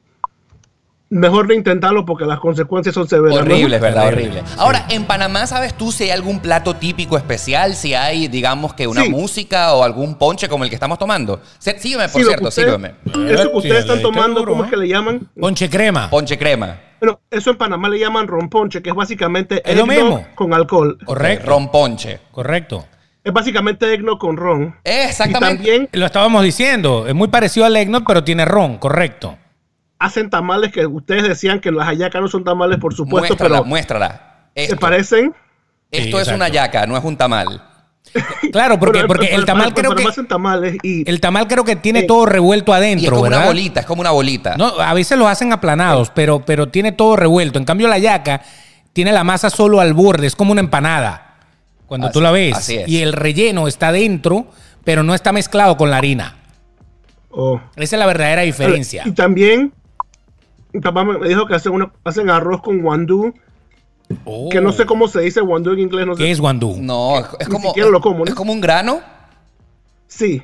Speaker 6: mejor no intentarlo porque las consecuencias son severas. ¿no?
Speaker 1: Horrible, es ¿verdad? Horrible.
Speaker 2: Horrible,
Speaker 1: Ahora, en Panamá, ¿sabes tú si hay algún plato típico especial? Si hay, digamos que una
Speaker 6: Sí.
Speaker 1: música o algún ponche como el que estamos tomando. Sí, Sígueme, por
Speaker 6: Sí, lo que
Speaker 1: cierto,
Speaker 6: ustedes-
Speaker 1: sígueme.
Speaker 6: Eso que ustedes están
Speaker 2: Chale,
Speaker 6: tomando,
Speaker 2: seguro,
Speaker 6: ¿cómo es
Speaker 2: ¿eh?
Speaker 6: que le llaman?
Speaker 2: Ponche crema.
Speaker 1: Ponche crema.
Speaker 6: Bueno, eso en Panamá le llaman romponche, que es básicamente
Speaker 2: Es lo
Speaker 6: eggnog
Speaker 2: mismo.
Speaker 6: con alcohol.
Speaker 2: Correcto.
Speaker 1: Ron ponche.
Speaker 2: Correcto.
Speaker 6: Es básicamente eggnog con ron.
Speaker 1: Exactamente.
Speaker 6: Y también
Speaker 2: Lo estábamos diciendo. Es muy parecido al Eggnog, pero tiene ron. Correcto.
Speaker 6: hacen tamales que ustedes decían que las hallacas no son tamales, por supuesto,
Speaker 1: muéstrala,
Speaker 6: pero
Speaker 1: muéstrala.
Speaker 6: se
Speaker 1: Esto,
Speaker 6: parecen.
Speaker 1: esto
Speaker 2: Sí,
Speaker 1: es una
Speaker 2: exacto.
Speaker 1: yaca, no es un tamal.
Speaker 2: Claro, porque,
Speaker 6: Pero-
Speaker 2: porque
Speaker 6: pero-
Speaker 2: el tamal
Speaker 6: pero- pero
Speaker 2: creo que.
Speaker 6: Panamá hacen tamales y
Speaker 2: El tamal creo que tiene
Speaker 6: Sí.
Speaker 2: todo revuelto
Speaker 1: Y es
Speaker 2: adentro,
Speaker 1: como una
Speaker 2: ¿verdad?
Speaker 1: bolita, es como una bolita.
Speaker 2: No, a veces los hacen aplanados, pero, pero tiene todo revuelto. En cambio, la yaca tiene la masa solo al borde, es como una empanada. Cuando tú
Speaker 1: Así-
Speaker 2: la ves.
Speaker 1: así es.
Speaker 2: Y el relleno está dentro, pero no está mezclado con la harina.
Speaker 6: oh.
Speaker 2: Esa es la verdadera diferencia.
Speaker 6: Y también, mi papá me me dijo que hacen, una- hacen arroz con guandú,
Speaker 2: Oh.
Speaker 6: que no sé cómo se dice guandú en inglés, no sé.
Speaker 2: ¿Qué es guandú?
Speaker 1: No, es, es
Speaker 6: Ni
Speaker 1: como.
Speaker 6: siquiera lo como, ¿no?
Speaker 1: Es como un grano.
Speaker 6: Sí,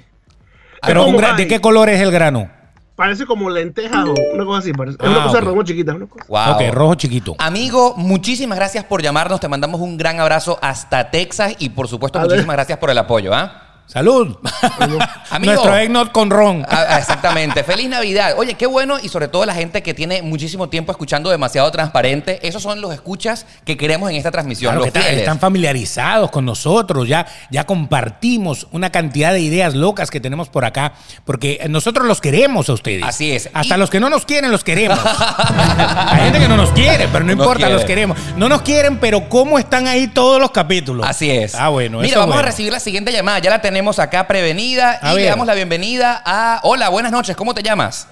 Speaker 2: Pero
Speaker 6: es
Speaker 2: un
Speaker 6: como
Speaker 2: gra- ¿de
Speaker 6: maíz.
Speaker 2: qué color es el grano?
Speaker 6: parece como lenteja o una cosa así, parece. es
Speaker 2: Ah,
Speaker 6: una cosa
Speaker 2: ok.
Speaker 6: redonda chiquita, una cosa.
Speaker 1: Wow.
Speaker 2: Ok, rojo chiquito.
Speaker 1: Amigo, muchísimas gracias por llamarnos. Te mandamos un gran abrazo hasta Texas y por supuesto,
Speaker 6: A ver.
Speaker 1: muchísimas gracias por el apoyo, ¿ah?
Speaker 2: Salud. <laughs>
Speaker 1: Amigo.
Speaker 2: Nuestro eggnog con ron.
Speaker 1: Ah, ah, Exactamente. Feliz Navidad. Oye, qué bueno y sobre todo la gente que tiene muchísimo tiempo escuchando demasiado transparente. Esos son los escuchas que queremos en esta transmisión.
Speaker 2: Claro,
Speaker 1: los
Speaker 2: Ah, que están,
Speaker 1: fieles.
Speaker 2: están familiarizados con nosotros, ya, ya compartimos una cantidad de ideas locas que tenemos por acá, porque nosotros los queremos a ustedes.
Speaker 1: Así es.
Speaker 2: Hasta
Speaker 1: Y-
Speaker 2: los que no nos quieren,
Speaker 1: <laughs>
Speaker 2: los queremos. Hay gente que no nos quiere, pero no
Speaker 1: No
Speaker 2: importa,
Speaker 1: quiere.
Speaker 2: los queremos. No nos quieren, pero ¿cómo están ahí todos los capítulos?
Speaker 1: Así es.
Speaker 2: Ah, bueno.
Speaker 1: Mira,
Speaker 2: eso es
Speaker 1: vamos a
Speaker 2: bueno.
Speaker 1: recibir la siguiente llamada. Ya la tenemos acá prevenida
Speaker 2: A
Speaker 1: y le
Speaker 2: ver.
Speaker 1: damos la bienvenida a. Hola, buenas noches. ¿Cómo te llamas?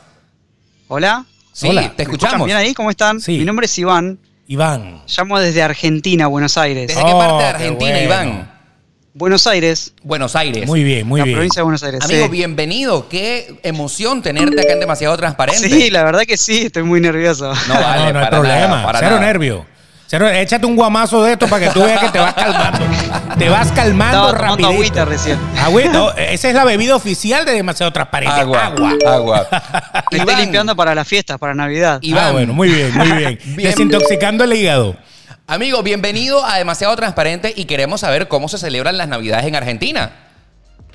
Speaker 7: Hola.
Speaker 1: Sí,
Speaker 2: Hola.
Speaker 1: te
Speaker 7: ¿me escuchan
Speaker 1: escuchamos.
Speaker 7: ¿Bien ahí? ¿Cómo están?
Speaker 2: Sí.
Speaker 7: Mi nombre es Iván.
Speaker 2: Iván.
Speaker 7: Llamo desde Argentina, Buenos Aires.
Speaker 1: ¿Desde qué parte de
Speaker 2: Oh, qué
Speaker 1: Argentina,
Speaker 2: bueno.
Speaker 1: Iván?
Speaker 7: Buenos Aires,
Speaker 1: Buenos Aires.
Speaker 2: Muy bien, muy
Speaker 7: la
Speaker 2: bien.
Speaker 7: provincia de Buenos Aires.
Speaker 1: Amigo,
Speaker 7: sí.
Speaker 1: bienvenido. Qué emoción tenerte acá en Demasiado Transparente.
Speaker 7: Sí, la verdad que sí, estoy muy nervioso.
Speaker 1: No vale,
Speaker 2: <laughs> no, no hay
Speaker 1: para
Speaker 2: problema.
Speaker 1: nada, para
Speaker 2: Cero
Speaker 1: nada.
Speaker 2: nervio. Cero, échate un guamazo de esto para que tú veas que te vas calmando. te vas calmando
Speaker 7: Estaba tomando
Speaker 2: rapidito.
Speaker 7: agüita recién.
Speaker 2: Agüita,
Speaker 1: <laughs>
Speaker 2: no, esa es la bebida oficial de demasiado transparente.
Speaker 1: Agua.
Speaker 2: Agua.
Speaker 1: Agua.
Speaker 7: Me estoy limpiando para las fiestas, para Navidad.
Speaker 1: Iván.
Speaker 2: Ah, bueno, muy bien, muy
Speaker 1: <laughs>
Speaker 2: bien.
Speaker 1: Bien.
Speaker 2: Desintoxicando el hígado.
Speaker 1: Amigo, bienvenido a Demasiado Transparente y queremos saber cómo se celebran las Navidades en Argentina.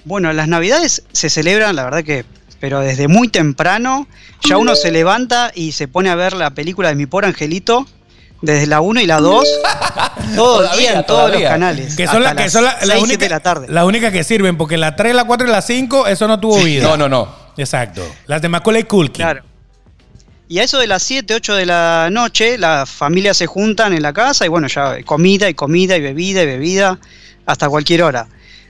Speaker 7: Bueno, las Navidades se celebran, la verdad que, pero desde muy temprano. Ya uno se levanta y se pone a ver la película de Mi Por Angelito. Desde la 1 y la
Speaker 1: <laughs>
Speaker 7: 2, todo el
Speaker 1: Todavía,
Speaker 7: día en todos
Speaker 1: todavía.
Speaker 7: los canales.
Speaker 2: Que son,
Speaker 7: hasta
Speaker 2: la, que
Speaker 7: las
Speaker 2: son la, la
Speaker 7: seis,
Speaker 2: única,
Speaker 7: siete de la tarde.
Speaker 2: la única que sirven, porque la 3, la 4 y la 5, eso no tuvo vida.
Speaker 1: No, no, no.
Speaker 2: Exacto. Las de Macaulay Culkin.
Speaker 7: Claro. Y a eso de las 7, 8 de la noche, las familias se juntan en la casa y bueno, ya comida y comida y bebida y bebida hasta cualquier hora.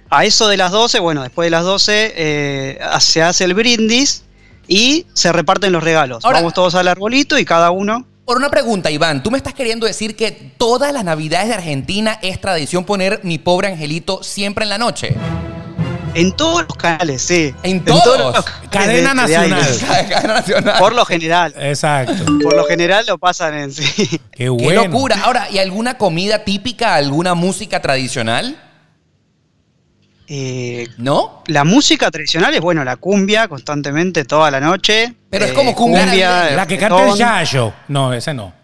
Speaker 7: A eso de las 12, bueno, después de las 12 eh, se hace el brindis y se reparten los regalos.
Speaker 1: Ahora-
Speaker 7: Vamos todos al arbolito y cada uno.
Speaker 1: Por una pregunta, Iván, tú me estás queriendo decir que todas las Navidades de Argentina es tradición poner mi pobre angelito siempre en la noche.
Speaker 7: En todos los canales, sí.
Speaker 1: En todos.
Speaker 7: canales
Speaker 2: Cadena
Speaker 7: de- de aire.
Speaker 2: nacional.
Speaker 7: <laughs>
Speaker 1: Cadena nacional.
Speaker 7: Por lo general.
Speaker 2: Exacto.
Speaker 7: Por lo general lo pasan en sí.
Speaker 2: Qué
Speaker 1: Qué
Speaker 2: bueno.
Speaker 1: locura. Ahora, ¿y alguna comida típica, alguna música tradicional?
Speaker 7: Eh,
Speaker 1: ¿No?
Speaker 7: la música tradicional es, bueno, la cumbia constantemente toda la noche. Eh,
Speaker 1: Pero es como cumbia navideña.
Speaker 2: La que canta el
Speaker 7: reggaetón.
Speaker 2: Yayo. No, esa no.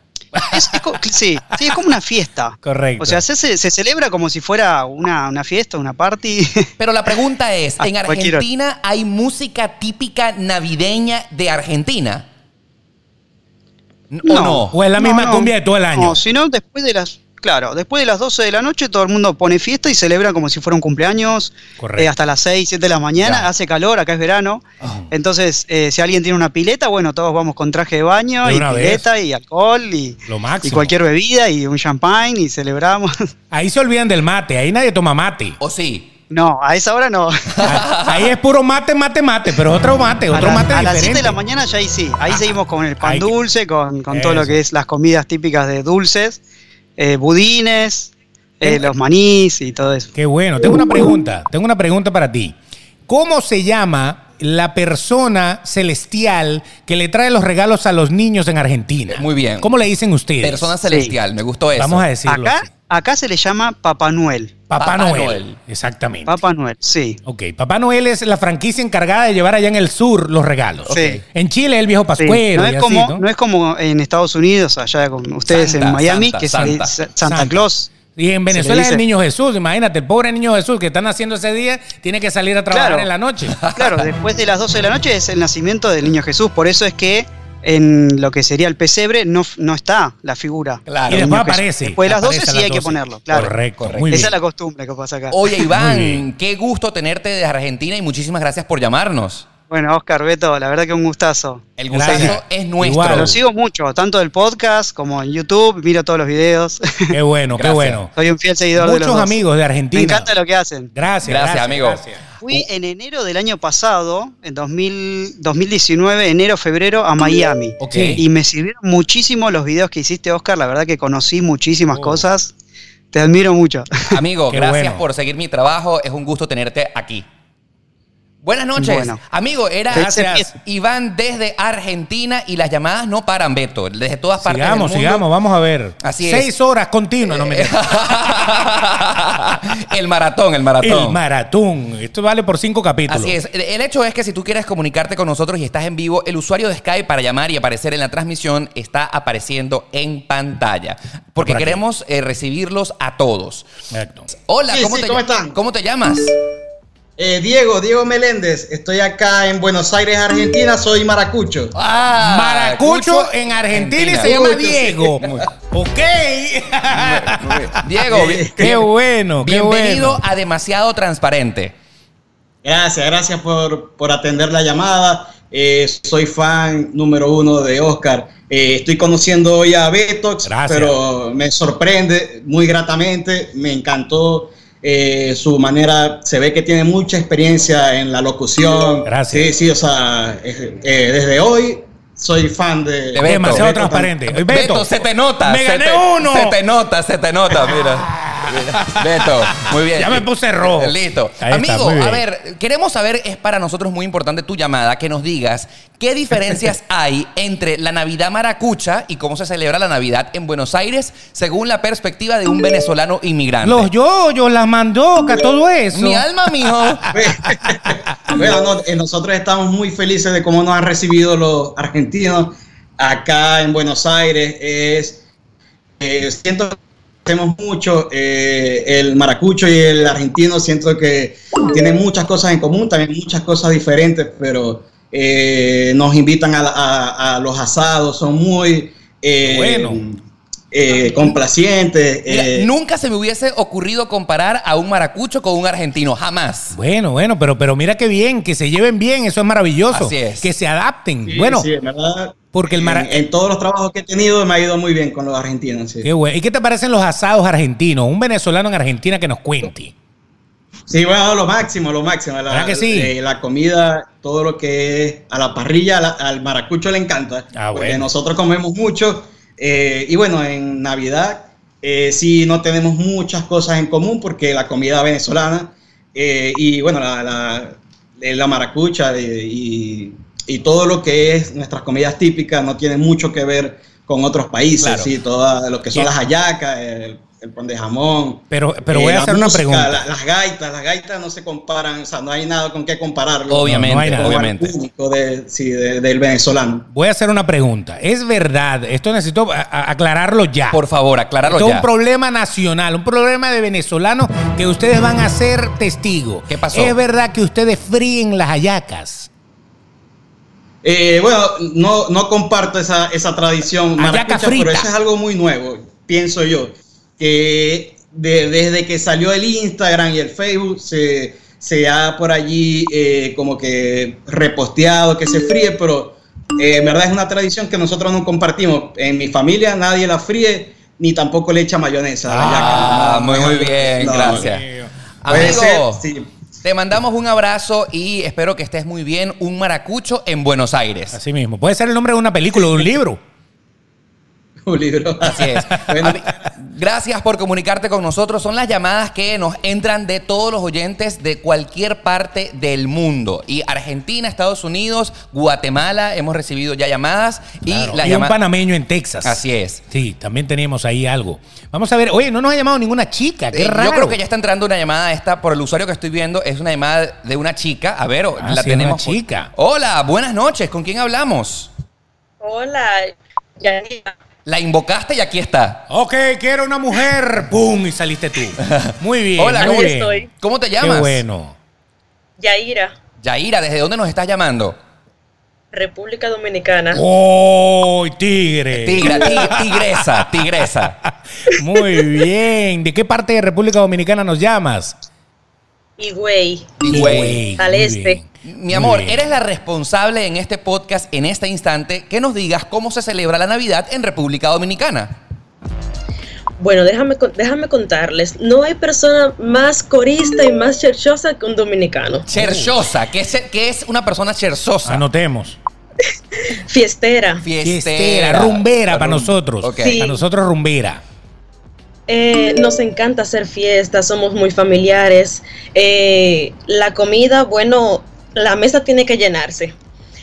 Speaker 7: Es- es co- sí, sí, es como una fiesta.
Speaker 2: Correcto.
Speaker 7: O sea, se, se- se celebra como si fuera una, una fiesta, una party.
Speaker 1: Pero la pregunta es,
Speaker 7: <laughs>
Speaker 1: ¿en
Speaker 7: Ah, cualquier
Speaker 1: Argentina hay música típica navideña de Argentina? N- ¿O
Speaker 7: No.
Speaker 1: no?
Speaker 2: o es la
Speaker 7: No,
Speaker 2: misma
Speaker 7: no.
Speaker 2: cumbia de todo el año.
Speaker 7: No, sino después de las. Claro, después de las 12 de la noche todo el mundo pone fiesta y celebra como si fuera un cumpleaños.
Speaker 2: Correcto.
Speaker 7: eh, hasta las 6, 7 de la mañana.
Speaker 2: Ya. Ah.
Speaker 7: Hace calor, acá es verano.
Speaker 2: Ajá.
Speaker 7: Entonces, eh, si alguien tiene una pileta, bueno, todos vamos con traje de baño
Speaker 2: De
Speaker 7: y
Speaker 2: una vez.
Speaker 7: pileta y alcohol y,
Speaker 2: Lo máximo.
Speaker 7: y cualquier bebida y un champagne y celebramos. <laughs>
Speaker 2: Ahí se olvidan del mate, ahí nadie toma mate.
Speaker 1: ¿O Oh, sí?
Speaker 7: No, a esa
Speaker 2: <laughs>
Speaker 7: hora no.
Speaker 2: Ahí es puro mate, mate, mate, pero otro mate, otro
Speaker 7: a la-
Speaker 2: mate
Speaker 7: a las 7
Speaker 2: diferente.
Speaker 7: de la mañana ya ahí sí. Ahí
Speaker 2: Ah,
Speaker 7: seguimos con el
Speaker 2: hay
Speaker 7: pan
Speaker 2: que-
Speaker 7: dulce, con, con todo
Speaker 2: Eso.
Speaker 7: lo que es las comidas típicas de dulces, eh, budines, eh, los manís y todo eso.
Speaker 2: Qué bueno. Tengo una pregunta, tengo una pregunta para ti. ¿Cómo se llama la persona celestial que le trae los regalos a los niños en Argentina?
Speaker 1: Muy bien.
Speaker 2: ¿Cómo le dicen ustedes?
Speaker 1: Persona celestial, me gustó eso.
Speaker 2: Vamos a decirlo.
Speaker 7: Acá,
Speaker 2: así.
Speaker 7: acá se le llama Papá Noel.
Speaker 2: Papá,
Speaker 1: Papá
Speaker 2: Noel.
Speaker 1: Noel.
Speaker 2: Exactamente.
Speaker 7: Papá Noel, sí.
Speaker 2: Ok, Papá Noel es la franquicia encargada de llevar allá en el sur los regalos.
Speaker 7: Sí.
Speaker 2: En Chile el viejo
Speaker 7: Sí.
Speaker 2: Pascuero.
Speaker 7: no, es
Speaker 2: y así,
Speaker 7: como,
Speaker 2: ¿no?
Speaker 7: ¿no? es como en Estados Unidos, allá con ustedes
Speaker 1: Santa,
Speaker 7: en Miami,
Speaker 1: Santa,
Speaker 7: que se le-
Speaker 1: Santa.
Speaker 7: se- Santa, Claus.
Speaker 2: Y en
Speaker 7: se le
Speaker 2: Venezuela es el
Speaker 7: dice.
Speaker 2: niño Jesús. Imagínate, el pobre niño Jesús que están haciendo ese día tiene que salir a trabajar
Speaker 7: Claro.
Speaker 2: en la noche.
Speaker 7: Claro, después de las 12 de la noche es el nacimiento del niño Jesús. Por eso es que en lo que sería el pesebre no, no está la figura.
Speaker 1: Claro.
Speaker 2: y
Speaker 7: Niño
Speaker 2: después
Speaker 7: Jesús.
Speaker 2: aparece.
Speaker 7: Después de las 12
Speaker 2: Aparece a
Speaker 7: sí
Speaker 2: las
Speaker 7: hay que
Speaker 2: 12.
Speaker 7: ponerlo, claro.
Speaker 2: Correcto,
Speaker 1: Correcto.
Speaker 2: muy
Speaker 7: Esa es
Speaker 2: bien.
Speaker 7: la costumbre que pasa acá.
Speaker 1: Oye,
Speaker 2: Muy
Speaker 1: Iván,
Speaker 2: bien.
Speaker 1: qué gusto tenerte desde Argentina y muchísimas gracias por llamarnos.
Speaker 7: Bueno, Oscar Beto, la verdad que un gustazo.
Speaker 1: El gustazo
Speaker 2: Gracias.
Speaker 1: es nuestro.
Speaker 2: Igual.
Speaker 7: Lo sigo mucho, tanto del podcast como en YouTube, miro todos los videos.
Speaker 2: Qué bueno, qué
Speaker 1: Gracias.
Speaker 2: bueno.
Speaker 7: Soy un fiel seguidor de los
Speaker 2: Muchos
Speaker 7: dos.
Speaker 2: amigos de Argentina.
Speaker 7: Me encanta lo que hacen.
Speaker 2: Gracias,
Speaker 1: Gracias, amigo.
Speaker 2: gracias.
Speaker 7: Fui
Speaker 1: Oh.
Speaker 7: en enero del año pasado, en 2000, 2019, enero, febrero, a Miami.
Speaker 1: Ok.
Speaker 2: Sí.
Speaker 7: Y me sirvieron muchísimo los videos que hiciste, Oscar. La verdad que conocí muchísimas
Speaker 2: Oh.
Speaker 7: cosas. Te admiro mucho. <laughs>
Speaker 1: <laughs> Amigo,
Speaker 2: Qué
Speaker 1: gracias
Speaker 2: bueno.
Speaker 1: por seguir mi trabajo. Es un gusto tenerte aquí. Buenas noches.
Speaker 7: Bueno.
Speaker 1: Amigo, era
Speaker 2: Gracias.
Speaker 1: Iván desde Argentina y las llamadas no paran, Beto. Desde todas partes. del
Speaker 2: Sigamos,
Speaker 1: mundo.
Speaker 2: sigamos, vamos a ver.
Speaker 1: Así es. Eh,
Speaker 2: Seis horas continuas, no
Speaker 1: <laughs>
Speaker 2: me
Speaker 1: el maratón, el maratón.
Speaker 2: El maratón. Esto vale por cinco capítulos.
Speaker 1: Así es. El- El hecho es que si tú quieres comunicarte con nosotros y estás en vivo, el usuario de Skype para llamar y aparecer en la transmisión está apareciendo en pantalla. Porque
Speaker 2: Por aquí.
Speaker 1: queremos eh, recibirlos a todos.
Speaker 2: Exacto.
Speaker 1: Hola,
Speaker 8: Sí,
Speaker 1: ¿cómo,
Speaker 8: sí,
Speaker 1: te,
Speaker 8: ¿cómo están?
Speaker 1: ¿cómo te llamas?
Speaker 8: Eh, Diego, Diego Meléndez, estoy acá en Buenos Aires, Argentina, soy maracucho.
Speaker 1: Ah,
Speaker 2: Maracucho en Argentina y se llama
Speaker 8: Maracucho, sí.
Speaker 2: Diego. ok. <laughs>
Speaker 1: Diego, bien-
Speaker 2: qué bueno, qué
Speaker 1: bienvenido
Speaker 2: bueno.
Speaker 1: a Demasiado Transparente.
Speaker 8: Gracias, gracias por, por atender la llamada. Eh, soy fan número uno de Oscar. Eh, estoy conociendo hoy a Betox,
Speaker 2: Gracias.
Speaker 8: pero me sorprende muy gratamente. Me encantó eh, su manera. Se ve que tiene mucha experiencia en la locución.
Speaker 2: Gracias.
Speaker 8: Sí, sí, o sea, eh, eh, desde hoy soy fan de.
Speaker 1: De Beto.
Speaker 2: Demasiado
Speaker 8: Beto
Speaker 2: transparente. Beto,
Speaker 1: Beto, se te nota.
Speaker 2: Me
Speaker 1: se
Speaker 2: gané
Speaker 1: te-
Speaker 2: uno.
Speaker 1: Se te nota, se te nota,
Speaker 2: <laughs>
Speaker 1: mira. Beto, muy bien.
Speaker 2: Ya me puse rojo.
Speaker 1: Listo.
Speaker 2: Ahí está,
Speaker 1: Amigo,
Speaker 2: muy bien.
Speaker 1: a ver, queremos saber, es para nosotros muy importante tu llamada, que nos digas qué
Speaker 2: <laughs>
Speaker 1: diferencias hay entre la Navidad maracucha y cómo se celebra la Navidad en Buenos Aires según la perspectiva de un venezolano inmigrante.
Speaker 2: Los yoyos, las mandocas, todo eso.
Speaker 1: Mi alma,
Speaker 2: <laughs>
Speaker 1: mijo.
Speaker 8: Bueno, no, eh, nosotros estamos muy felices de cómo nos han recibido los argentinos acá en Buenos Aires. Es, eh, siento que hacemos mucho eh, el maracucho y el argentino. Siento que tienen muchas cosas en común, también muchas cosas diferentes, pero eh, nos invitan a, la- a- a los asados, son muy eh,
Speaker 2: Bueno.
Speaker 8: eh, complacientes.
Speaker 1: Mira,
Speaker 8: eh,
Speaker 1: nunca se me hubiese ocurrido comparar a un maracucho con un argentino, jamás.
Speaker 2: Bueno, bueno, pero, pero mira qué bien, que se lleven bien, eso es maravilloso.
Speaker 1: Así es.
Speaker 2: Que se adapten.
Speaker 8: sí,
Speaker 2: bueno,
Speaker 8: sí, en verdad,
Speaker 2: porque el mara-
Speaker 8: en, en todos los trabajos que he tenido me ha ido muy bien con los argentinos. sí.
Speaker 2: qué bueno. ¿Y qué te parecen los asados argentinos? Un venezolano en Argentina que nos cuente.
Speaker 8: Sí, bueno, lo máximo, lo máximo. La,
Speaker 2: ¿Verdad que sí?
Speaker 8: eh, la comida, todo lo que es a la parrilla, a la- al maracucho le encanta.
Speaker 2: Ah,
Speaker 8: porque
Speaker 2: bueno.
Speaker 8: nosotros comemos mucho. eh, y bueno, en Navidad eh, sí no tenemos muchas cosas en común porque la comida venezolana eh, y bueno, la, la, eh, la maracucha eh, y, y todo lo que es nuestras comidas típicas no tiene mucho que ver con otros países.
Speaker 1: Claro.
Speaker 8: Sí, todo lo que son las hallacas, el el pan de jamón.
Speaker 2: Pero, pero
Speaker 8: eh,
Speaker 2: voy a
Speaker 8: la
Speaker 2: hacer una
Speaker 8: música,
Speaker 2: pregunta.
Speaker 8: la- las gaitas, las gaitas no se comparan, o sea, no hay nada con qué compararlo.
Speaker 1: Obviamente,
Speaker 8: Con el
Speaker 2: nada,
Speaker 8: sabor
Speaker 1: obviamente.
Speaker 8: único de- sí, de- del venezolano.
Speaker 2: Voy a hacer una pregunta. Es verdad, esto necesito a- a- aclararlo ya.
Speaker 1: Por favor, aclararlo
Speaker 2: Esto es
Speaker 1: ya.
Speaker 2: un problema nacional, un problema de venezolanos que ustedes van a ser testigos.
Speaker 1: ¿Qué pasó?
Speaker 2: Es verdad que ustedes fríen las hallacas.
Speaker 8: Eh, bueno, no, no comparto esa, esa tradición
Speaker 2: Hallaca
Speaker 8: maracucha,
Speaker 2: frita.
Speaker 8: pero eso es algo muy nuevo, pienso yo. Que de- desde que salió el Instagram y el Facebook, se, se ha por allí eh, como que reposteado, que se fríe, pero eh, en verdad es una tradición que nosotros no compartimos. En mi familia nadie la fríe, ni tampoco le echa mayonesa. a la
Speaker 1: Ah,
Speaker 8: hallaca.
Speaker 1: muy, muy bien,
Speaker 8: No,
Speaker 1: gracias.
Speaker 8: puede ser,
Speaker 1: Amigo,
Speaker 8: sí.
Speaker 1: te mandamos un abrazo y espero que estés muy bien. Un maracucho en Buenos Aires.
Speaker 2: Así mismo. Puede ser el nombre de una película o de un libro.
Speaker 8: <laughs> Un libro.
Speaker 1: Así es.
Speaker 8: <laughs> Bueno.
Speaker 1: Ami- Gracias por comunicarte con nosotros. Son las llamadas que nos entran de todos los oyentes de cualquier parte del mundo. Y Argentina, Estados Unidos, Guatemala, hemos recibido ya llamadas.
Speaker 2: Claro.
Speaker 1: Y, las
Speaker 2: Y un
Speaker 1: llama-
Speaker 2: panameño en Texas.
Speaker 1: Así es.
Speaker 2: Sí, también teníamos ahí algo. Vamos a ver. Oye, no nos ha llamado ninguna chica. Qué
Speaker 1: Eh,
Speaker 2: raro.
Speaker 1: Yo creo que ya está entrando una llamada esta por el usuario que estoy viendo. Es una llamada de una chica. A ver,
Speaker 2: Ah,
Speaker 1: la
Speaker 2: sí,
Speaker 1: tenemos.
Speaker 2: una chica.
Speaker 1: Hola, buenas noches. ¿Con quién hablamos?
Speaker 9: Hola, Yanira.
Speaker 1: La invocaste y aquí está.
Speaker 2: Ok, quiero una mujer. ¡Pum! Y
Speaker 1: <laughs>
Speaker 2: saliste tú. Muy bien.
Speaker 1: Hola,
Speaker 2: muy
Speaker 1: ¿cómo,
Speaker 2: bien.
Speaker 9: estoy?
Speaker 1: ¿cómo te
Speaker 2: Qué
Speaker 1: llamas?
Speaker 2: bueno.
Speaker 9: Yaira,
Speaker 1: Yaira, ¿desde dónde nos estás llamando?
Speaker 9: República Dominicana.
Speaker 2: ¡Oh, tigre!
Speaker 1: Tigra,
Speaker 2: <laughs>
Speaker 1: ti- tigresa, tigresa.
Speaker 2: Muy bien. ¿De qué parte de República Dominicana nos llamas?
Speaker 9: Y güey,
Speaker 1: Güey.
Speaker 9: Al
Speaker 2: muy
Speaker 9: este.
Speaker 2: bien,
Speaker 1: Mi amor,
Speaker 2: muy bien.
Speaker 1: eres la responsable en este podcast, en este instante, que nos digas cómo se celebra la Navidad en República Dominicana.
Speaker 9: bueno, déjame, con- déjame contarles, no hay persona más corista y más cherchosa que un dominicano.
Speaker 1: Cherchosa, ¿qué es, qué es una persona
Speaker 2: Ah,
Speaker 1: cherchosa?
Speaker 2: Anotemos.
Speaker 9: Fiestera.
Speaker 2: Fiestera, rumbera para
Speaker 1: Rum-
Speaker 2: nosotros.
Speaker 1: Ok.
Speaker 9: Sí.
Speaker 2: Para nosotros rumbera.
Speaker 9: Eh, nos encanta hacer fiestas, somos muy familiares. Eh, la comida, bueno, la mesa tiene que llenarse.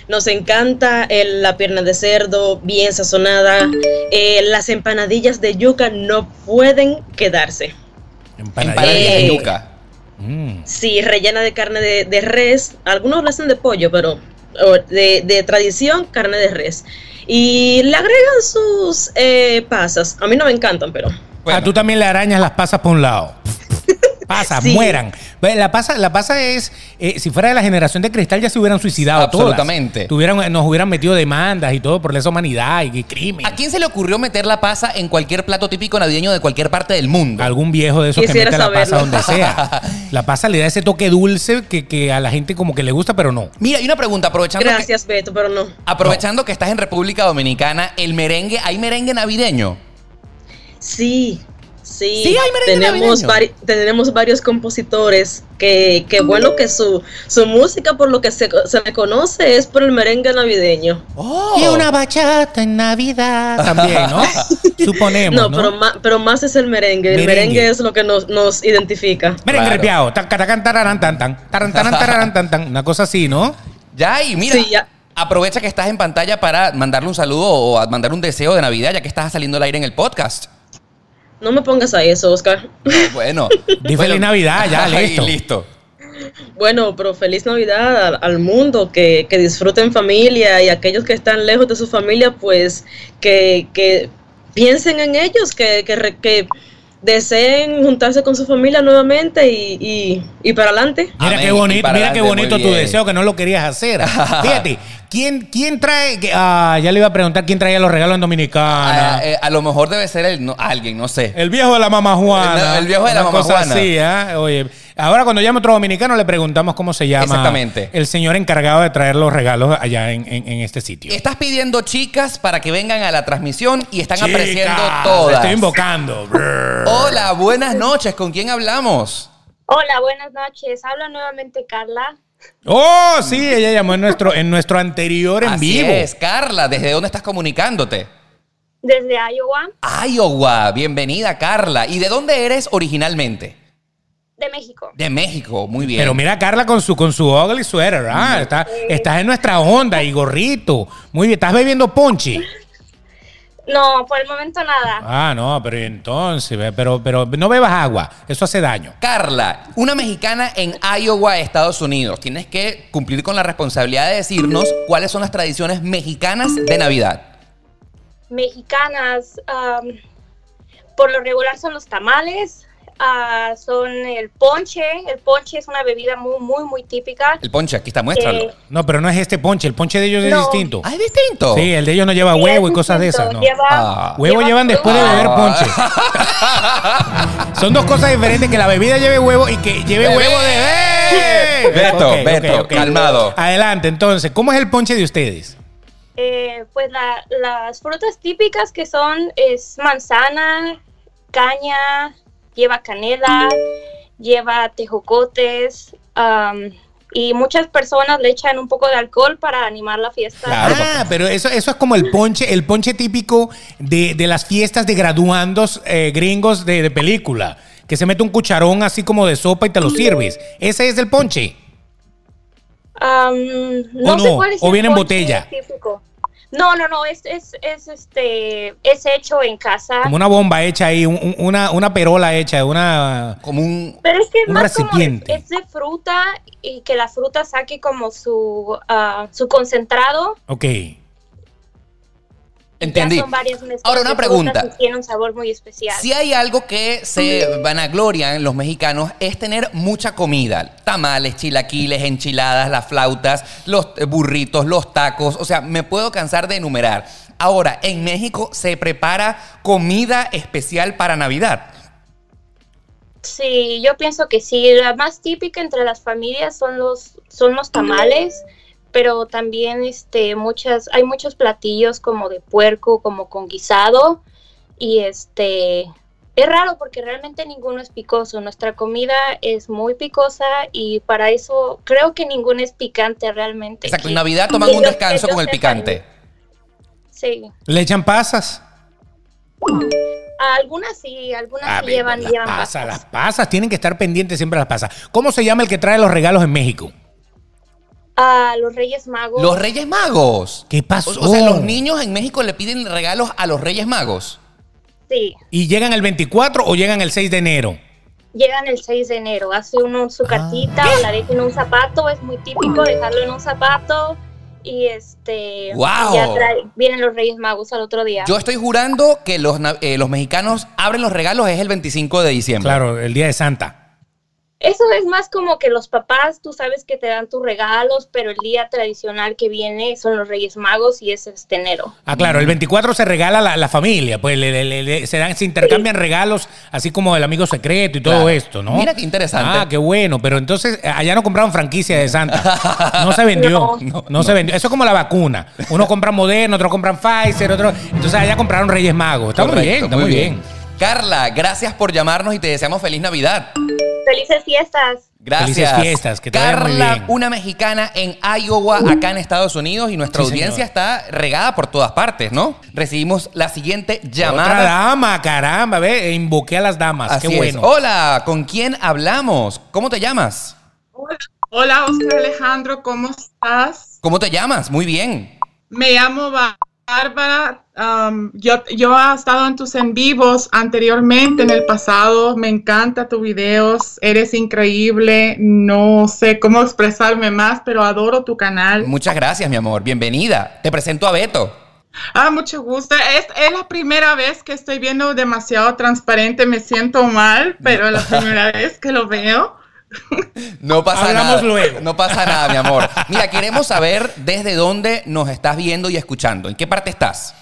Speaker 9: Nos encanta el- la pierna de cerdo bien sazonada. Eh, las empanadillas de yuca no pueden quedarse.
Speaker 1: Empanadillas de
Speaker 9: Eh.
Speaker 1: yuca.
Speaker 2: Mm.
Speaker 9: Sí, rellena de carne de, de res. Algunos lo hacen de pollo, pero o de, de tradición, carne de res. Y le agregan sus eh, pasas. A mí no me encantan, pero
Speaker 1: Bueno.
Speaker 2: Ah, tú también le arañas las pasas por un
Speaker 1: <laughs>
Speaker 2: lado. Pasas,
Speaker 9: Sí.
Speaker 2: mueran. Ve, La pasa, la pasa es, eh, si fuera de la generación de cristal ya se hubieran suicidado. todas.
Speaker 1: Absolutamente.
Speaker 2: Tuvieran- eh, nos hubieran metido demandas y todo por lesa humanidad y, y crimen.
Speaker 1: ¿A quién se le ocurrió meter la pasa en cualquier plato típico navideño de cualquier parte del mundo?
Speaker 2: Algún viejo de esos que
Speaker 9: Quisiera
Speaker 2: meta la pasa
Speaker 9: saberlo.
Speaker 1: <laughs>
Speaker 2: donde sea. La pasa le da ese toque dulce que, que a la gente como que le gusta, pero no.
Speaker 1: Mira, hay una pregunta, aprovechando que-
Speaker 9: gracias, Beto, pero no.
Speaker 1: Aprovechando que estás en República Dominicana, el merengue, ¿hay merengue navideño?
Speaker 9: Sí, sí.
Speaker 1: Sí, hay merengue
Speaker 9: tenemos,
Speaker 1: navideño.
Speaker 9: vari- tenemos varios compositores que, que bueno, que su, su música, por lo que se, se le conoce, es por el merengue navideño.
Speaker 1: Oh. <laughs>
Speaker 2: bachata en Navidad también, ¿no? Suponemos,
Speaker 9: No,
Speaker 2: ¿no?
Speaker 9: Pero, ma- pero más es el merengue. El
Speaker 2: Merengue.
Speaker 9: merengue es lo que nos, nos identifica.
Speaker 2: Miren,
Speaker 1: Claro.
Speaker 2: repiado. Tacatacán, tararán, tan, tan. Tarán, tarán,
Speaker 1: <laughs>
Speaker 2: tararán, tan, tan. Una cosa así, ¿no?
Speaker 1: Ya, y mira,
Speaker 9: Sí, ya.
Speaker 1: aprovecha que estás en pantalla para mandarle un saludo o a- mandarle un deseo de Navidad, ya que estás saliendo al aire en el podcast.
Speaker 9: No me pongas a eso, Oscar.
Speaker 1: No, Ah, bueno.
Speaker 2: Di
Speaker 1: Bueno.
Speaker 2: feliz Navidad,
Speaker 1: <laughs>
Speaker 2: ya,
Speaker 1: Ay,
Speaker 2: listo.
Speaker 1: listo.
Speaker 9: Bueno, pero feliz Navidad al, al mundo, que, que disfruten familia y aquellos que están lejos de su familia, pues que, que piensen en ellos, que, que, re- que deseen juntarse con su familia nuevamente y, y, y para adelante.
Speaker 2: Mira
Speaker 1: Amén,
Speaker 2: qué
Speaker 1: y
Speaker 2: bonito,
Speaker 1: para
Speaker 2: mira qué
Speaker 1: adelante,
Speaker 2: bonito
Speaker 1: muy
Speaker 2: tu
Speaker 1: bien.
Speaker 2: deseo que no lo querías hacer.
Speaker 1: <laughs>
Speaker 2: Fíjate, ¿quién, quién trae? que- ah, ya le iba a preguntar quién traía los regalos en Dominicana.
Speaker 1: Ah, eh, a lo mejor debe ser el, no, alguien, no sé.
Speaker 2: el viejo de la mamá Juana.
Speaker 1: El- el viejo de la
Speaker 2: Una
Speaker 1: mamá
Speaker 2: cosa
Speaker 1: Juana.
Speaker 2: así, ¿ah? Oye, ahora cuando llame otro dominicano le preguntamos cómo se llama
Speaker 1: Exactamente.
Speaker 2: el señor encargado de traer los regalos allá en, en- en este sitio.
Speaker 1: Estás pidiendo chicas para que vengan a la transmisión y están
Speaker 2: Chicas,
Speaker 1: apareciendo
Speaker 2: le
Speaker 1: todas.
Speaker 2: Estoy invocando.
Speaker 1: <laughs> Hola, buenas noches. ¿Con quién hablamos?
Speaker 10: Hola, buenas noches. Habla nuevamente Carla.
Speaker 2: Oh, sí, ella llamó en nuestro, en nuestro anterior en
Speaker 1: Así
Speaker 2: vivo.
Speaker 1: es, Carla, ¿desde dónde estás comunicándote?
Speaker 10: Desde Iowa,
Speaker 1: Iowa, bienvenida Carla. ¿Y de dónde eres originalmente?
Speaker 10: de México.
Speaker 1: De México, muy bien.
Speaker 2: Pero mira a Carla con su con su ugly sweater, ah, está- estás en nuestra onda y gorrito. Muy bien, estás bebiendo ponche.
Speaker 10: No, por el momento nada.
Speaker 2: Ah, no, pero entonces, ve, pero, pero no bebas agua, eso hace daño.
Speaker 1: Carla, una mexicana en Iowa, Estados Unidos. Tienes que cumplir con la responsabilidad de decirnos cuáles son las tradiciones mexicanas de Navidad.
Speaker 10: Mexicanas, am, por lo regular son los tamales, ah, son el ponche. El ponche es una bebida muy, muy, muy típica.
Speaker 1: El ponche, aquí está, muéstralo.
Speaker 10: Eh,
Speaker 2: No, pero no es este ponche, el ponche de ellos es
Speaker 10: No.
Speaker 2: distinto.
Speaker 1: Ah, es distinto.
Speaker 2: Sí, el de ellos no lleva
Speaker 10: sí,
Speaker 2: huevo y
Speaker 10: es
Speaker 2: cosas de
Speaker 10: distinto.
Speaker 2: esas, ¿no?
Speaker 10: Lleva-
Speaker 1: Ah.
Speaker 2: Huevo
Speaker 10: lleva
Speaker 2: llevan después de
Speaker 10: fruta.
Speaker 2: beber
Speaker 1: <laughs>
Speaker 2: ponche. Son dos cosas diferentes, que la bebida lleve huevo y que lleve
Speaker 1: Bebé.
Speaker 2: huevo de...
Speaker 1: Beto,
Speaker 2: Ok, ok,
Speaker 1: Beto,
Speaker 2: ok.
Speaker 1: calmado.
Speaker 2: Adelante, entonces, ¿cómo es el ponche de ustedes?
Speaker 10: Eh, pues la- las frutas típicas que son es manzana, caña, lleva canela, lleva tejocotes am, y muchas personas le echan un poco de alcohol para animar la fiesta.
Speaker 2: ah, pero eso, eso es como el ponche, el ponche típico de, de las fiestas de graduandos eh, gringos de, de película, que se mete un cucharón así como de sopa y te lo sirves. Ese es el ponche.
Speaker 10: Am, no
Speaker 2: ¿O
Speaker 10: sé
Speaker 2: no?
Speaker 10: cuál es
Speaker 2: ¿O
Speaker 10: el
Speaker 2: viene en
Speaker 10: ponche
Speaker 2: botella?
Speaker 10: típico. No, no, no, es, es, es, este, es hecho en casa.
Speaker 2: Como una bomba hecha ahí, un- un- una, una perola hecha, una...
Speaker 1: Como un.
Speaker 10: Pero es que es
Speaker 2: Un
Speaker 10: más como es,
Speaker 2: recipiente.
Speaker 10: es de fruta y que la fruta saque como su, ah, su concentrado
Speaker 2: Ok.
Speaker 1: Entendí.
Speaker 10: Ya son varias mezclas
Speaker 1: Ahora, una
Speaker 10: de frutas
Speaker 1: pregunta.
Speaker 10: y Tiene un sabor muy especial. Mm,
Speaker 1: Si hay algo que se vanaglorian los mexicanos es tener mucha comida. Tamales, chilaquiles, enchiladas, las flautas, los eh, burritos, los tacos. O sea, me puedo cansar de enumerar. Ahora, en México se prepara comida especial para Navidad.
Speaker 10: Sí, yo pienso que sí. La más típica entre las familias son los, son los tamales, pero también este, muchas, hay muchos platillos como de puerco, como con guisado. Y este es raro porque realmente ninguno es picoso. Nuestra comida es muy picosa y para eso creo que ninguno es picante realmente.
Speaker 1: Exacto, en
Speaker 10: Que-
Speaker 1: Navidad toman
Speaker 10: que
Speaker 1: un
Speaker 10: yo- que
Speaker 1: descanso
Speaker 10: yo
Speaker 1: con el
Speaker 10: sepa,
Speaker 1: picante.
Speaker 10: Sí.
Speaker 2: ¿Le echan pasas?
Speaker 10: Algunas sí, algunas
Speaker 2: Ah,
Speaker 10: sí
Speaker 2: bien,
Speaker 10: llevan,
Speaker 2: las
Speaker 10: llevan
Speaker 2: pasas,
Speaker 10: pasas.
Speaker 2: las pasas, tienen que estar pendientes siempre las pasas. ¿Cómo se llama el que trae los regalos en México?
Speaker 10: A los Reyes Magos.
Speaker 1: Los Reyes Magos.
Speaker 2: ¿Qué
Speaker 1: O,
Speaker 2: pasó?
Speaker 1: o sea, los niños en México le piden regalos a los Reyes Magos.
Speaker 10: Sí,
Speaker 2: ¿Y llegan el 24 o llegan el 6 de enero?
Speaker 10: llegan el 6 de enero. Hace uno su
Speaker 2: Ah.
Speaker 10: cartita o la deja en un zapato. Es muy típico dejarlo en un zapato. Y este.
Speaker 1: ¡Guau!
Speaker 10: Ya trae- vienen los Reyes Magos al otro día.
Speaker 1: Yo estoy jurando que los, na- eh, los mexicanos abren los regalos es el 25 de diciembre.
Speaker 2: Claro, el día de Santa.
Speaker 10: Eso es más como que los papás, tú sabes que te dan tus regalos, pero el día tradicional que viene son los Reyes Magos y es este enero.
Speaker 2: Ah, claro, el 24 se regala la, la familia, pues le- le- le- le- se, dan, se intercambian regalos, así como el amigo secreto y todo
Speaker 1: Claro.
Speaker 2: esto, ¿no?
Speaker 1: Mira qué interesante.
Speaker 2: Ah, qué bueno, pero entonces eh, allá no compraron franquicia de Santa.
Speaker 1: <laughs>
Speaker 2: No se vendió, no,
Speaker 10: No.
Speaker 2: no se vendió. Eso es como la vacuna. Uno compra Moderna, otro compra Pfizer, otro... Entonces allá compraron Reyes Magos. Está muy
Speaker 1: Correcto,
Speaker 2: bien, está muy bien.
Speaker 1: Carla, gracias por llamarnos y te deseamos feliz Navidad.
Speaker 10: ¡Felices fiestas!
Speaker 1: Gracias.
Speaker 2: Felices fiestas, que te vaya muy
Speaker 1: Carla,
Speaker 2: bien.
Speaker 1: una mexicana en Iowa, acá en Estados Unidos, y nuestra
Speaker 2: Sí,
Speaker 1: audiencia
Speaker 2: señor.
Speaker 1: está regada por todas partes, ¿no? Recibimos la siguiente
Speaker 2: Otra
Speaker 1: llamada.
Speaker 2: dama, caramba, ve, e invoqué a las damas,
Speaker 1: Así
Speaker 2: qué
Speaker 1: es.
Speaker 2: bueno.
Speaker 1: Hola, ¿con quién hablamos? ¿Cómo te llamas?
Speaker 11: Hola, hola Oscar Alejandro, ¿cómo estás?
Speaker 1: ¿Cómo te llamas? Muy bien.
Speaker 11: Me llamo Ba- Bárbara. um, yo, yo he estado en tus en vivos anteriormente, en el pasado. Me encanta tus videos, eres increíble. No sé cómo expresarme más, pero adoro tu canal.
Speaker 1: Muchas gracias, mi amor. Bienvenida. Te presento a Beto.
Speaker 11: Ah, mucho gusto. Es, es la primera vez que estoy viendo demasiado transparente. Me siento mal, pero es la primera vez que lo veo.
Speaker 1: No pasa
Speaker 2: Hablamos
Speaker 1: nada.
Speaker 2: luego.
Speaker 1: No pasa nada, mi amor. Mira, queremos saber desde dónde nos estás viendo y escuchando. ¿En qué parte estás?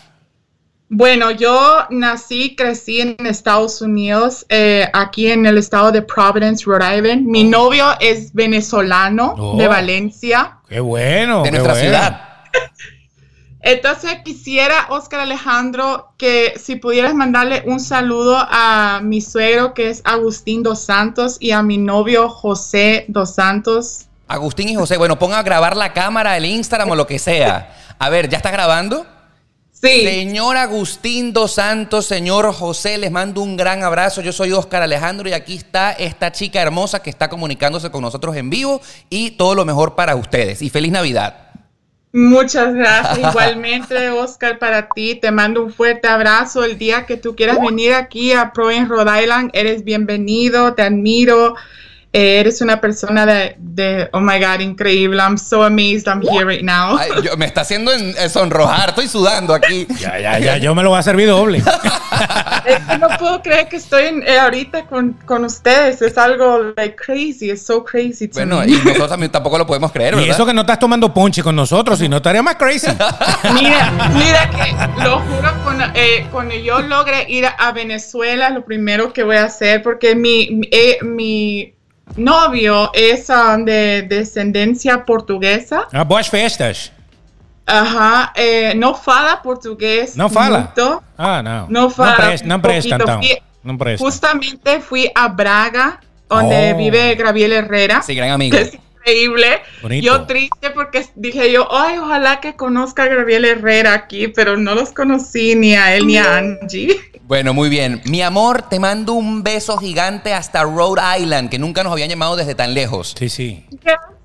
Speaker 11: Bueno, yo nací, crecí en Estados Unidos, eh, aquí en el estado de Providence, Rhode Island.
Speaker 1: Oh.
Speaker 11: Mi novio es venezolano
Speaker 2: Oh.
Speaker 11: de Valencia.
Speaker 2: Qué bueno.
Speaker 1: de
Speaker 2: qué
Speaker 1: nuestra
Speaker 2: bueno.
Speaker 1: ciudad.
Speaker 11: <laughs> Entonces quisiera, Oscar Alejandro, que si pudieras mandarle un saludo a mi suegro que es Agustín Dos Santos y a mi novio José Dos Santos.
Speaker 1: Agustín y José, bueno, pongan a grabar la cámara, el Instagram o lo que sea. A ver, ¿ya está grabando?
Speaker 11: Sí,
Speaker 1: Señor Agustín Dos Santos, señor José, les mando un gran abrazo. Yo soy Óscar Alejandro y aquí está esta chica hermosa que está comunicándose con nosotros en vivo y todo lo mejor para ustedes. Y feliz Navidad. <laughs>
Speaker 11: Muchas gracias igualmente, Oscar, para ti. Te mando un fuerte abrazo. El día que tú quieras venir aquí a Pro en Rhode Island, eres bienvenido, te admiro. Eh, eres una persona de, de, oh my God, increíble. I'm so amazed I'm here right now.
Speaker 1: Ay, yo- me está haciendo en- eh, sonrojar, estoy sudando
Speaker 11: <laughs>
Speaker 1: aquí.
Speaker 2: Ya, ya, ya, yo me lo voy a
Speaker 1: <laughs>
Speaker 2: servir doble.
Speaker 11: Es que no puedo creer que estoy en- eh, ahorita con, con ustedes. Es algo like crazy. It's so crazy. to
Speaker 1: Bueno,
Speaker 11: me.
Speaker 1: y nosotros también tampoco lo podemos creer,
Speaker 2: Y
Speaker 1: ¿verdad?
Speaker 2: eso que no estás tomando ponche con nosotros, si no estaría más crazy.
Speaker 11: Mira, mira que lo juro, cuando, eh, cuando yo logre ir a Venezuela, lo primero que voy a hacer, porque mi, mi- eh, mi novio es ah, de descendencia portuguesa,
Speaker 2: Ah, boas festas.
Speaker 11: ajá, eh, no fala portugués.
Speaker 2: No fala.
Speaker 11: muito.
Speaker 2: Ah, no.
Speaker 11: No fala,
Speaker 2: pres- no prestan,
Speaker 11: poquito.
Speaker 2: tan.
Speaker 11: Fui-
Speaker 2: No prestan.
Speaker 11: Justamente fui a Braga, donde
Speaker 2: Oh.
Speaker 11: vive Gabriel Herrera.
Speaker 1: Sí, gran amigo.
Speaker 11: que Es increíble.
Speaker 2: Bonito.
Speaker 11: Yo triste porque dije yo, ay, ojalá que conozca a Gabriel Herrera aquí, pero no los conocí ni a él ni a Angie.
Speaker 1: Bueno, muy bien. Mi amor, te mando un beso gigante hasta Rhode Island, que nunca nos habían llamado desde tan lejos.
Speaker 2: Sí, sí.
Speaker 11: <laughs>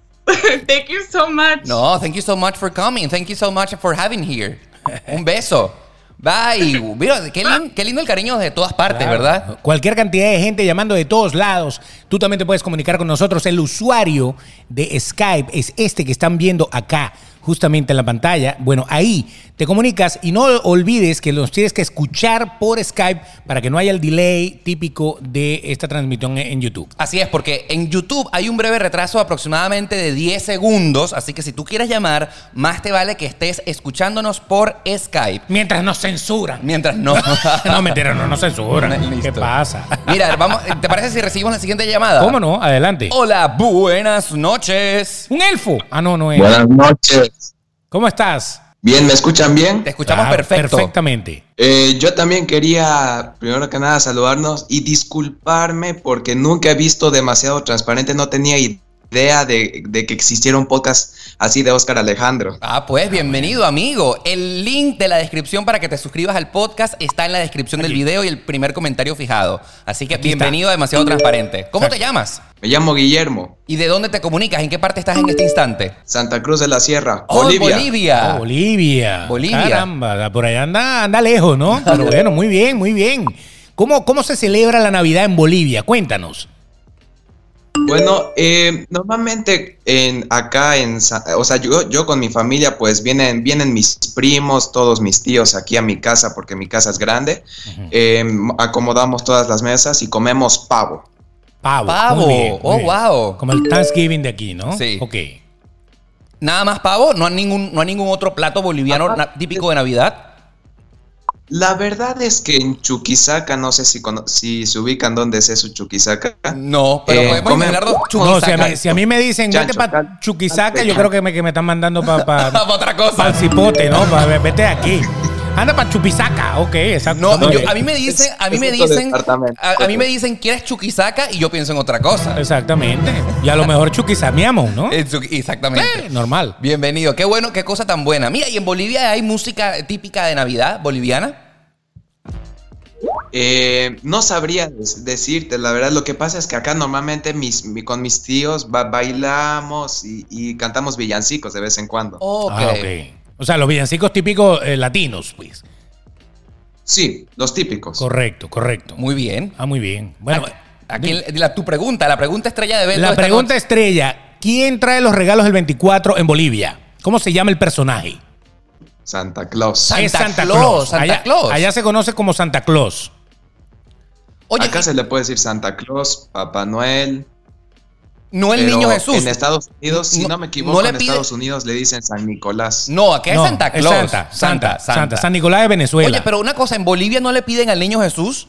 Speaker 11: Thank you so much.
Speaker 1: No, thank you so much for coming. Thank you so much for having here. Un beso. Bye. Mira, qué, lin- qué lindo el cariño de todas partes,
Speaker 2: Claro.
Speaker 1: ¿verdad?
Speaker 2: Cualquier cantidad de gente llamando de todos lados. Tú también te puedes comunicar con nosotros. El usuario de Skype es este que están viendo acá, justamente en la pantalla. Bueno, ahí te comunicas y no olvides que los tienes que escuchar por Skype para que no haya el delay típico de esta transmisión en YouTube.
Speaker 1: Así es, porque en YouTube hay un breve retraso aproximadamente de 10 segundos, así que si tú quieres llamar, más te vale que estés escuchándonos por Skype.
Speaker 2: Mientras nos censuran.
Speaker 1: Mientras no.
Speaker 2: <laughs> No, mentira, no
Speaker 1: <laughs>
Speaker 2: nos censuran. ¿Qué
Speaker 1: Listo.
Speaker 2: pasa?
Speaker 1: Mira, vamos, ¿te parece si recibimos la siguiente llamada?
Speaker 2: ¿Cómo no? Adelante.
Speaker 1: Hola, buenas noches.
Speaker 2: Un elfo. Ah, no, no es.
Speaker 12: Buenas noches.
Speaker 2: ¿Cómo estás?
Speaker 12: Bien, ¿me escuchan bien?
Speaker 1: Te escuchamos
Speaker 2: Ah,
Speaker 1: perfecto.
Speaker 2: Perfectamente.
Speaker 12: Eh, yo también quería, primero que nada, saludarnos y disculparme porque nunca he visto demasiado transparente, no tenía idea de, de que existiera un podcast así de Oscar Alejandro.
Speaker 1: Ah, pues bienvenido, amigo. El link de la descripción para que te suscribas al podcast está en la descripción del video y el primer comentario fijado. Así que bienvenido a Demasiado Transparente. ¿Cómo te llamas?
Speaker 12: Me llamo Guillermo,
Speaker 1: ¿Y de dónde te comunicas? ¿En qué parte estás en este instante?
Speaker 12: Santa Cruz de la Sierra,
Speaker 1: Oh, en Bolivia.
Speaker 12: Bolivia.
Speaker 2: Oh, Bolivia.
Speaker 1: Bolivia.
Speaker 2: Caramba, por allá anda, anda lejos, ¿no?
Speaker 1: <laughs>
Speaker 2: Pero bueno, muy bien, muy bien. ¿Cómo, ¿Cómo se celebra la Navidad en Bolivia? Cuéntanos.
Speaker 12: Bueno, eh, normalmente en, acá en, Sa- o sea, yo, yo con mi familia, pues vienen, vienen mis primos, todos mis tíos aquí a mi casa, porque mi casa es grande. Eh, acomodamos todas las mesas y comemos pavo.
Speaker 2: Pavo.
Speaker 1: Pavo.
Speaker 2: Muy bien, muy
Speaker 1: Oh,
Speaker 2: bien.
Speaker 1: wow.
Speaker 2: Como el Thanksgiving de aquí, ¿no?
Speaker 1: Sí.
Speaker 2: Ok.
Speaker 1: Nada más pavo, no hay ningún, no hay ningún otro plato boliviano na- típico de Navidad.
Speaker 12: La verdad es que en Chuquisaca, no sé si, cono- si se ubican dónde es eso, Chuquisaca.
Speaker 1: No, pero
Speaker 12: Eh,
Speaker 1: podemos
Speaker 12: come-
Speaker 1: imaginar dos
Speaker 2: No, si, a
Speaker 1: chuquisaca.
Speaker 2: mí, si a mí me dicen, vete
Speaker 12: Chancho,
Speaker 2: para
Speaker 12: cal-
Speaker 2: Chuquisaca, yo
Speaker 12: calpecha.
Speaker 2: creo que me, que me están mandando para
Speaker 1: <laughs>
Speaker 2: pa,
Speaker 1: Otra cosa.
Speaker 2: pa'l cipote, ¿no? Pa- vete de aquí. Anda para Chupisaca. Ok, exacto.
Speaker 1: No,
Speaker 2: Muy
Speaker 1: yo-
Speaker 2: bien.
Speaker 1: a mí me dicen, a mí
Speaker 12: Es-
Speaker 1: me
Speaker 12: es otro
Speaker 1: dicen,
Speaker 12: departamento.
Speaker 1: a, a mí me dicen, ¿quieres chuquisaca? Y yo pienso en otra cosa.
Speaker 2: Exactamente. Y a lo mejor chuquisameamos, ¿no?
Speaker 1: En chuqui- Exactamente.
Speaker 2: Eh, normal.
Speaker 1: Bienvenido, qué bueno, qué cosa tan buena. Mira, y en Bolivia hay música típica de Navidad boliviana.
Speaker 12: Eh, no sabría des- decirte, la verdad, lo que pasa es que acá normalmente mis, mi- con mis tíos ba- bailamos y, y cantamos villancicos de vez en cuando.
Speaker 1: Ok.
Speaker 2: Ah, ok. O sea, los villancicos típicos eh, latinos, pues.
Speaker 12: Sí, los típicos.
Speaker 2: Correcto, correcto.
Speaker 1: Muy bien.
Speaker 2: Ah, muy bien. Bueno,
Speaker 1: Aquí la- tu pregunta, la pregunta estrella de Beto.
Speaker 2: la
Speaker 1: esta
Speaker 2: pregunta
Speaker 1: noche.
Speaker 2: estrella: ¿quién trae los regalos el 24 en Bolivia? ¿Cómo se llama el personaje?
Speaker 12: Santa Claus.
Speaker 1: Santa Claus, Santa
Speaker 2: allá,
Speaker 1: Claus.
Speaker 2: allá se conoce como Santa Claus.
Speaker 1: Oye,
Speaker 12: acá
Speaker 1: y-
Speaker 12: se le puede decir Santa Claus, Papá Noel.
Speaker 1: no el
Speaker 12: pero
Speaker 1: niño Jesús.
Speaker 12: En Estados Unidos, si
Speaker 1: No-
Speaker 12: no, me equivoco,
Speaker 1: no le
Speaker 12: en
Speaker 1: pide-
Speaker 12: Estados Unidos le dicen San Nicolás.
Speaker 1: No, acá
Speaker 2: No,
Speaker 1: es Santa Claus.
Speaker 2: Santa, Santa, Santa, San Nicolás de Venezuela.
Speaker 1: Oye, pero una cosa, en Bolivia no le piden al niño Jesús.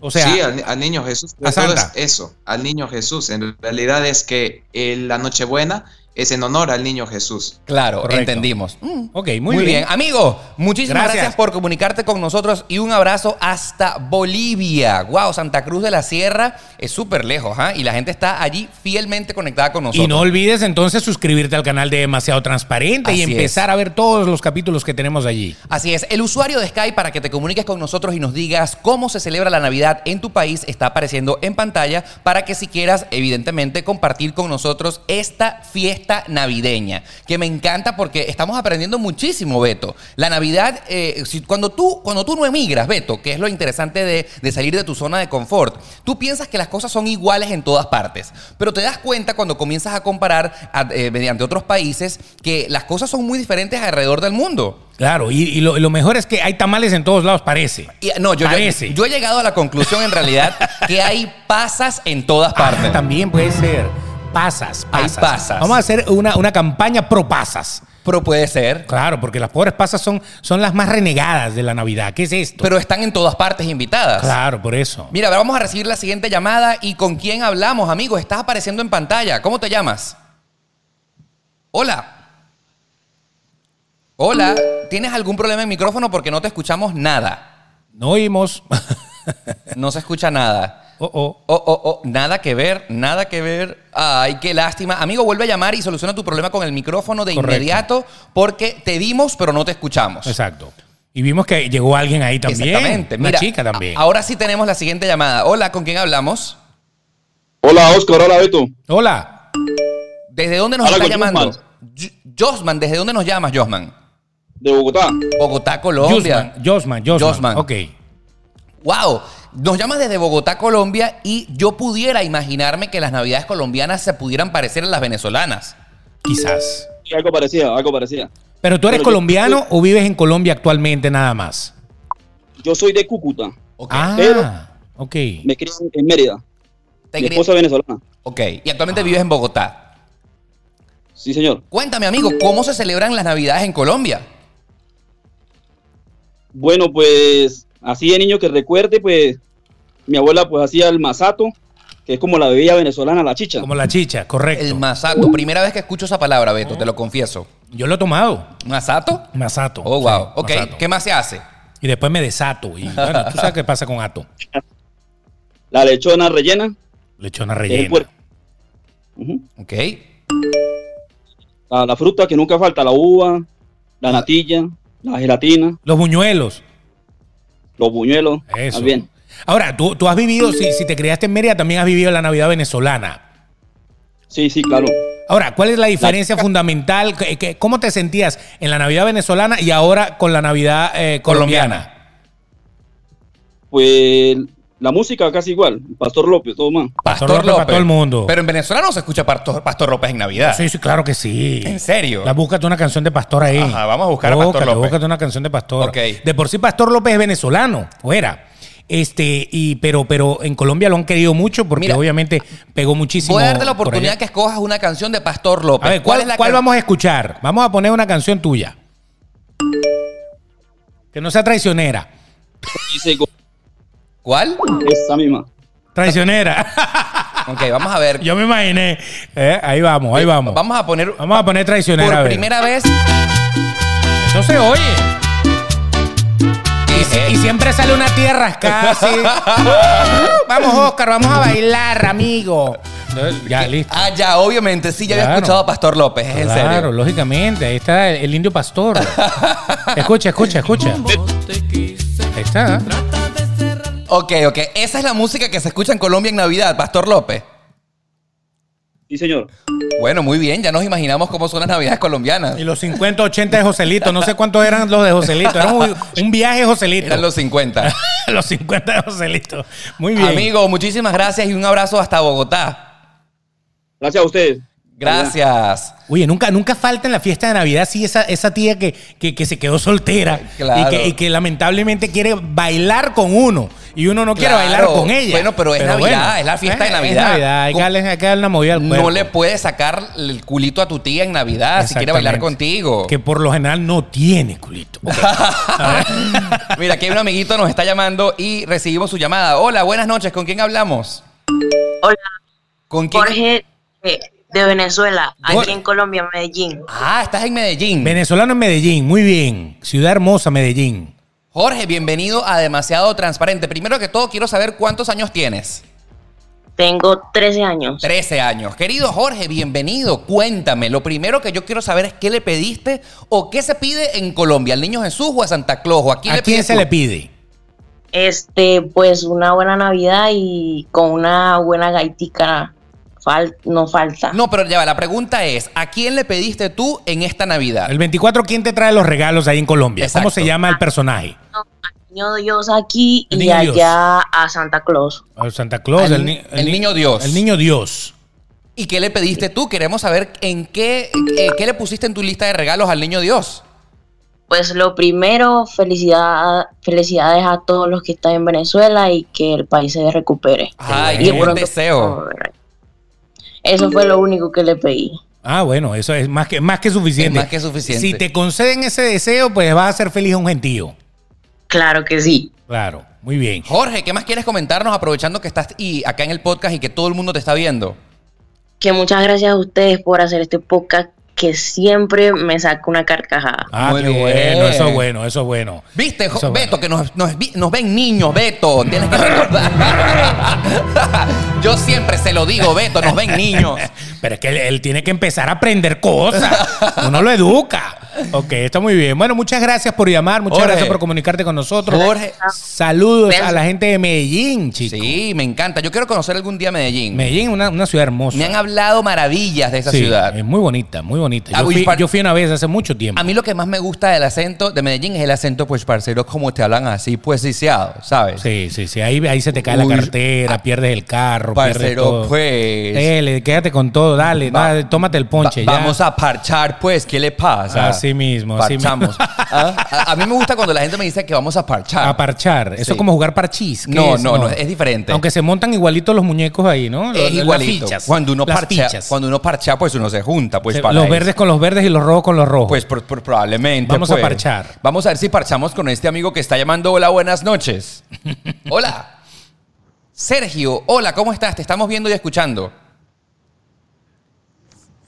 Speaker 2: o sea,
Speaker 12: sí, al, al niño Jesús. pero
Speaker 2: a
Speaker 12: todo
Speaker 2: Santa.
Speaker 12: es eso, al niño Jesús. En realidad es que eh, la Nochebuena es en honor al niño Jesús.
Speaker 1: Claro,
Speaker 2: Correcto.
Speaker 1: entendimos. Mm.
Speaker 2: ok, muy,
Speaker 1: Muy
Speaker 2: bien.
Speaker 1: bien. Amigo, muchísimas gracias.
Speaker 2: Gracias.
Speaker 1: por comunicarte con nosotros y un abrazo hasta Bolivia. Wow, Santa Cruz de la Sierra es súper lejos, ¿ah? Y la gente está allí fielmente conectada con nosotros.
Speaker 2: Y no olvides entonces suscribirte al canal de Demasiado Transparente y
Speaker 1: Así
Speaker 2: empezar a ver todos los capítulos que tenemos allí.
Speaker 1: Así es, el usuario de Skype para que te comuniques con nosotros y nos digas cómo se celebra la Navidad en tu país está apareciendo en pantalla para que si quieras, evidentemente, compartir con nosotros esta fiesta fiesta navideña, que me encanta porque estamos aprendiendo muchísimo, Beto. La Navidad, eh, si- cuando, tú, cuando tú no emigras, Beto, que es lo interesante de, de salir de tu zona de confort, tú piensas que las cosas son iguales en todas partes, pero te das cuenta cuando comienzas a comparar a- eh, mediante otros países que las cosas son muy diferentes alrededor del mundo.
Speaker 2: Claro, y, y lo, y lo mejor es que hay tamales en todos lados, parece.
Speaker 1: Y- no, yo, yo-
Speaker 2: Parece.
Speaker 1: yo he llegado a la conclusión en realidad que hay pasas en todas partes.
Speaker 2: Ah, también puede ser. Pasas,
Speaker 1: Hay
Speaker 2: pasas.
Speaker 1: pasas.
Speaker 2: Vamos a hacer una, una campaña pro pasas.
Speaker 1: Pero puede ser.
Speaker 2: Claro, porque las pobres pasas son, son las más renegadas de la Navidad. ¿Qué es esto?
Speaker 1: Pero están en todas partes invitadas.
Speaker 2: Claro, por eso.
Speaker 1: Mira, ahora vamos a recibir la siguiente llamada y con quién hablamos, amigo. Estás apareciendo en pantalla. ¿Cómo te llamas? Hola. Hola. ¿Tienes algún problema en micrófono porque no te escuchamos nada?
Speaker 2: No oímos. <laughs>
Speaker 1: No se escucha nada.
Speaker 2: Oh, oh.
Speaker 1: Oh, oh, oh, nada que ver, nada que ver. Ay, qué lástima. Amigo, vuelve a llamar y soluciona tu problema con el micrófono de
Speaker 2: Correcto.
Speaker 1: inmediato porque te vimos pero no te escuchamos.
Speaker 2: Exacto. Y vimos que llegó alguien ahí también.
Speaker 1: Exactamente.
Speaker 2: Una
Speaker 1: Mira,
Speaker 2: chica también.
Speaker 13: Ah,
Speaker 1: a- Ahora sí tenemos la siguiente llamada. Hola, ¿con quién hablamos?
Speaker 13: Hola, Oscar. Hola, Beto.
Speaker 2: Hola.
Speaker 1: ¿Desde dónde nos
Speaker 13: Hola,
Speaker 1: está
Speaker 13: con Yusman.
Speaker 1: llamando? Yu- Josman, ¿desde dónde nos llamas, Josman?
Speaker 13: De Bogotá.
Speaker 1: Bogotá, Colombia.
Speaker 2: Josman, Josman,
Speaker 1: Josman.
Speaker 2: Josman. Ok.
Speaker 1: Wow, nos llamas desde Bogotá, Colombia, y yo pudiera imaginarme que las navidades colombianas se pudieran parecer a las venezolanas.
Speaker 2: Quizás.
Speaker 13: Sí, algo parecido, algo parecido.
Speaker 2: Pero tú eres
Speaker 13: Bueno, yo-
Speaker 2: colombiano o vives en Colombia actualmente nada más.
Speaker 13: Yo soy de Cúcuta.
Speaker 2: Ah,
Speaker 13: Pero-
Speaker 2: ok.
Speaker 13: Me crié en Mérida.
Speaker 1: Te
Speaker 13: Mi
Speaker 1: quería-
Speaker 13: esposa es venezolana.
Speaker 1: Ok, y actualmente vives en Bogotá.
Speaker 13: Sí, señor.
Speaker 1: Cuéntame, amigo, ¿cómo se celebran las navidades en Colombia?
Speaker 13: Bueno, pues así de niño que recuerde, pues mi abuela pues hacía el masato, que es como la bebida venezolana, la chicha.
Speaker 2: Como la chicha,
Speaker 1: El
Speaker 2: correcto.
Speaker 1: masato. Primera vez que escucho esa palabra, Beto, te lo confieso.
Speaker 2: Yo lo he tomado.
Speaker 1: ¿Masato?
Speaker 2: Masato.
Speaker 1: Oh, wow. ok,
Speaker 2: masato.
Speaker 1: ¿qué más se hace?
Speaker 2: Y después me desato. Y bueno, tú sabes qué pasa con Ato.
Speaker 13: La lechona rellena,
Speaker 2: Lechona
Speaker 13: que es el
Speaker 2: rellena.
Speaker 13: puerco. Ujú.
Speaker 1: Ok.
Speaker 13: la, la fruta que nunca falta, la uva, la natilla, la gelatina,
Speaker 2: Los buñuelos.
Speaker 13: los buñuelos.
Speaker 2: Eso.
Speaker 13: También.
Speaker 2: Ahora, tú, tú has vivido, si, si te criaste en Mérida, también has vivido la Navidad venezolana.
Speaker 13: Sí, sí, claro.
Speaker 2: Ahora, ¿cuál es la diferencia fundamental? ¿Qué- qué- ¿Cómo te sentías en la Navidad venezolana y ahora con la Navidad eh, colombiana?
Speaker 13: Pues la música casi igual, Pastor López, todo más.
Speaker 1: Pastor,
Speaker 2: López para
Speaker 1: López.
Speaker 2: todo el mundo.
Speaker 1: Pero en Venezuela no se escucha Pastor, Pastor López en Navidad.
Speaker 2: Sí, sí, claro que sí.
Speaker 1: ¿En serio?
Speaker 2: La búscate una canción de Pastor ahí.
Speaker 1: Ajá, vamos a buscar a Pastor
Speaker 2: Búscate,
Speaker 1: López.
Speaker 2: Búscate una canción de Pastor.
Speaker 1: Ok.
Speaker 2: De por sí Pastor López es venezolano, o era. Este, y, pero, pero en Colombia lo han querido mucho porque
Speaker 1: Mira,
Speaker 2: obviamente pegó muchísimo.
Speaker 1: Voy a darte la
Speaker 2: por
Speaker 1: oportunidad
Speaker 2: allá.
Speaker 1: que escojas una canción de Pastor López.
Speaker 2: A ver, ¿cuál,
Speaker 1: es la
Speaker 2: cuál
Speaker 1: can-
Speaker 2: vamos a escuchar? Vamos a poner una canción tuya. Que no sea traicionera.
Speaker 13: Dice,
Speaker 1: ¿Cuál?
Speaker 13: esa misma.
Speaker 2: <laughs> Traicionera.
Speaker 1: Ok, vamos a ver.
Speaker 2: Yo me imaginé. Eh, ahí vamos, ahí vamos.
Speaker 1: Vamos a poner
Speaker 2: Vamos a poner traicionera. a
Speaker 1: por
Speaker 2: ver.
Speaker 1: primera vez.
Speaker 2: Eso se oye. Y, si- y siempre sale una tía
Speaker 1: <laughs>
Speaker 2: rascada así. <laughs> vamos, Oscar, vamos a bailar, amigo. Entonces, Ya, listo.
Speaker 1: Ah, ya, obviamente, sí, ya había
Speaker 2: Claro.
Speaker 1: escuchado a Pastor López, es en
Speaker 2: Claro,
Speaker 1: serio.
Speaker 2: lógicamente. Ahí está el, el
Speaker 1: <laughs>
Speaker 2: indio pastor. Escucha, escucha, escucha. Ahí está.
Speaker 1: Ok, ok. Esa es la música que se escucha en Colombia en Navidad, Pastor López.
Speaker 13: Sí, señor.
Speaker 1: Bueno, muy bien, ya nos imaginamos cómo son las Navidades colombianas.
Speaker 2: Y los 50, 80 de Joselito. No sé cuántos eran los de Joselito. Era un, un viaje de Joselito.
Speaker 1: Eran los 50.
Speaker 2: <laughs> Los 50 de Joselito. Muy bien.
Speaker 1: Amigo, muchísimas gracias y un abrazo hasta Bogotá.
Speaker 13: Gracias a ustedes.
Speaker 1: Gracias.
Speaker 2: Oye, nunca, nunca falta en la fiesta de Navidad sí esa, esa tía que, que- que se quedó soltera
Speaker 1: Claro.
Speaker 2: y, que, y que lamentablemente quiere bailar con uno y uno no quiere
Speaker 1: Claro.
Speaker 2: bailar con ella. Eh,
Speaker 1: Bueno, pero es Navidad, es la fiesta de Navidad.
Speaker 2: Es Navidad, hay que,
Speaker 1: Con-
Speaker 2: darle, hay que darle una movida al cuerpo.
Speaker 1: No le puedes sacar el culito a tu tía en Navidad si quiere bailar
Speaker 2: Exactamente.
Speaker 1: contigo. <laughs>
Speaker 2: Que por lo general no tiene culito. Ok.
Speaker 1: <laughs> Mira, aquí hay un amiguito nos está llamando y recibimos su llamada. Hola, buenas noches. ¿Con quién hablamos?
Speaker 14: Hola,
Speaker 1: ¿Con quién?
Speaker 14: Jorge eh, de Venezuela,
Speaker 1: Jorge.
Speaker 14: aquí en Colombia, Medellín.
Speaker 1: <laughs> Ah, estás en Medellín.
Speaker 2: Venezolano en Medellín, muy bien. Ciudad hermosa, Medellín.
Speaker 1: Jorge, bienvenido a Demasiado Transparente. Primero que todo, quiero saber cuántos años tienes.
Speaker 14: Tengo 13 años.
Speaker 1: 13 años. Querido Jorge, bienvenido. Cuéntame, lo primero que yo quiero saber es qué le pediste o qué se pide en Colombia, al niño Jesús o a Santa Claus o a quién,
Speaker 2: ¿A
Speaker 1: le
Speaker 2: quién
Speaker 1: pides
Speaker 2: se
Speaker 1: tú?
Speaker 2: le pide?
Speaker 14: Este, pues una buena Navidad y con una buena gaitica Fal- no falta.
Speaker 1: No, pero ya va, la pregunta es, ¿a quién le pediste tú en esta Navidad?
Speaker 2: El 24, ¿quién te trae los regalos ahí en Colombia? ¿Cómo se llama el personaje?
Speaker 14: Niño Dios aquí
Speaker 2: El
Speaker 14: y
Speaker 2: niño Dios.
Speaker 14: allá a Santa Claus.
Speaker 2: El Santa Claus,
Speaker 1: Al-
Speaker 2: el, ni-
Speaker 1: Ah, el
Speaker 2: ni-
Speaker 1: niño Dios.
Speaker 2: El niño Dios.
Speaker 1: ¿Y qué le pediste tú? Queremos saber en qué, eh, qué le pusiste en tu lista de regalos al niño Dios.
Speaker 14: Pues lo primero, felicidad, felicidades a todos los que están en Venezuela y que el país se recupere.
Speaker 1: Ay,
Speaker 14: Y
Speaker 1: qué buen
Speaker 14: pronto-
Speaker 1: deseo.
Speaker 14: Eso fue lo único que le pedí.
Speaker 2: Ah, bueno, eso es más que, más que suficiente.
Speaker 1: Es más que suficiente.
Speaker 2: Si te conceden ese deseo, pues vas a ser feliz a un gentío.
Speaker 14: Claro que sí.
Speaker 2: Claro, muy bien.
Speaker 1: Jorge, ¿qué más quieres comentarnos aprovechando que estás y acá en el podcast y que todo el mundo te está viendo?
Speaker 14: Que muchas gracias a ustedes por hacer este podcast que siempre me saca una carcajada.
Speaker 2: Ah,
Speaker 1: Muy
Speaker 2: qué
Speaker 1: bien.
Speaker 2: bueno, eso es bueno, eso es bueno.
Speaker 1: ¿Viste, Jo-
Speaker 2: Eso es
Speaker 1: Beto, que nos, nos vi- nos ven niños, Beto? Tienes que
Speaker 2: <laughs>
Speaker 1: recordar. Yo siempre se lo digo, Beto, nos ven niños.
Speaker 2: <laughs> Pero es que él, él tiene que empezar a aprender cosas. Uno lo educa. Ok, está muy bien. Bueno, muchas gracias por llamar, muchas
Speaker 1: Jorge.
Speaker 2: gracias por comunicarte con nosotros.
Speaker 1: Jorge.
Speaker 2: Saludos a la gente de Medellín, chicos.
Speaker 1: Sí, me encanta. Yo quiero conocer algún día Medellín.
Speaker 2: Medellín es una, una ciudad hermosa.
Speaker 1: Me han hablado maravillas de esa
Speaker 2: Sí,
Speaker 1: ciudad.
Speaker 2: Es muy bonita, muy bonita.
Speaker 1: Ah,
Speaker 2: Yo
Speaker 1: y
Speaker 2: fui,
Speaker 1: par- Ah,
Speaker 2: yo fui una vez hace mucho tiempo.
Speaker 1: A mí lo que más me gusta del acento de Medellín es el acento, pues, parcero, como te hablan así, pues, lisiado, ¿sabes?
Speaker 2: Sí, sí, sí. Ahí, ahí se te cae
Speaker 1: Uy, ah,
Speaker 2: la cartera, pierdes el carro, pierdes
Speaker 1: Parcero,
Speaker 2: todo.
Speaker 1: pues.
Speaker 2: Dele, quédate con todo, dale,
Speaker 1: Va-
Speaker 2: dale, tómate el ponche.
Speaker 1: Va-
Speaker 2: ya.
Speaker 1: Vamos a parchar, pues, ¿qué le pasa?
Speaker 2: Así mismo, así mismo.
Speaker 1: Parchamos. <laughs> Ah, A, a mí me gusta cuando la gente me dice que vamos a parchar.
Speaker 2: A parchar. Eso
Speaker 1: Ah, Sí.
Speaker 2: es como jugar parchís. ¿qué
Speaker 1: No,
Speaker 2: es?
Speaker 1: no, no, es diferente.
Speaker 2: Aunque se montan igualitos los muñecos ahí, ¿no? Los-
Speaker 1: es
Speaker 2: las
Speaker 1: igualito.
Speaker 2: fichas.
Speaker 1: cuando uno
Speaker 2: Las
Speaker 1: parcha,
Speaker 2: fichas.
Speaker 1: cuando uno parcha, pues uno se junta, pues
Speaker 2: Se-
Speaker 1: para
Speaker 2: los
Speaker 1: eso.
Speaker 2: verdes con los verdes y los rojos con los rojos.
Speaker 1: Pues por- por- probablemente.
Speaker 2: Vamos a
Speaker 1: pues.
Speaker 2: parchar.
Speaker 1: Vamos a ver si parchamos con este amigo que está llamando. Hola, buenas
Speaker 2: <laughs>
Speaker 1: noches. Hola. Sergio, hola, ¿cómo estás? Te estamos viendo y escuchando.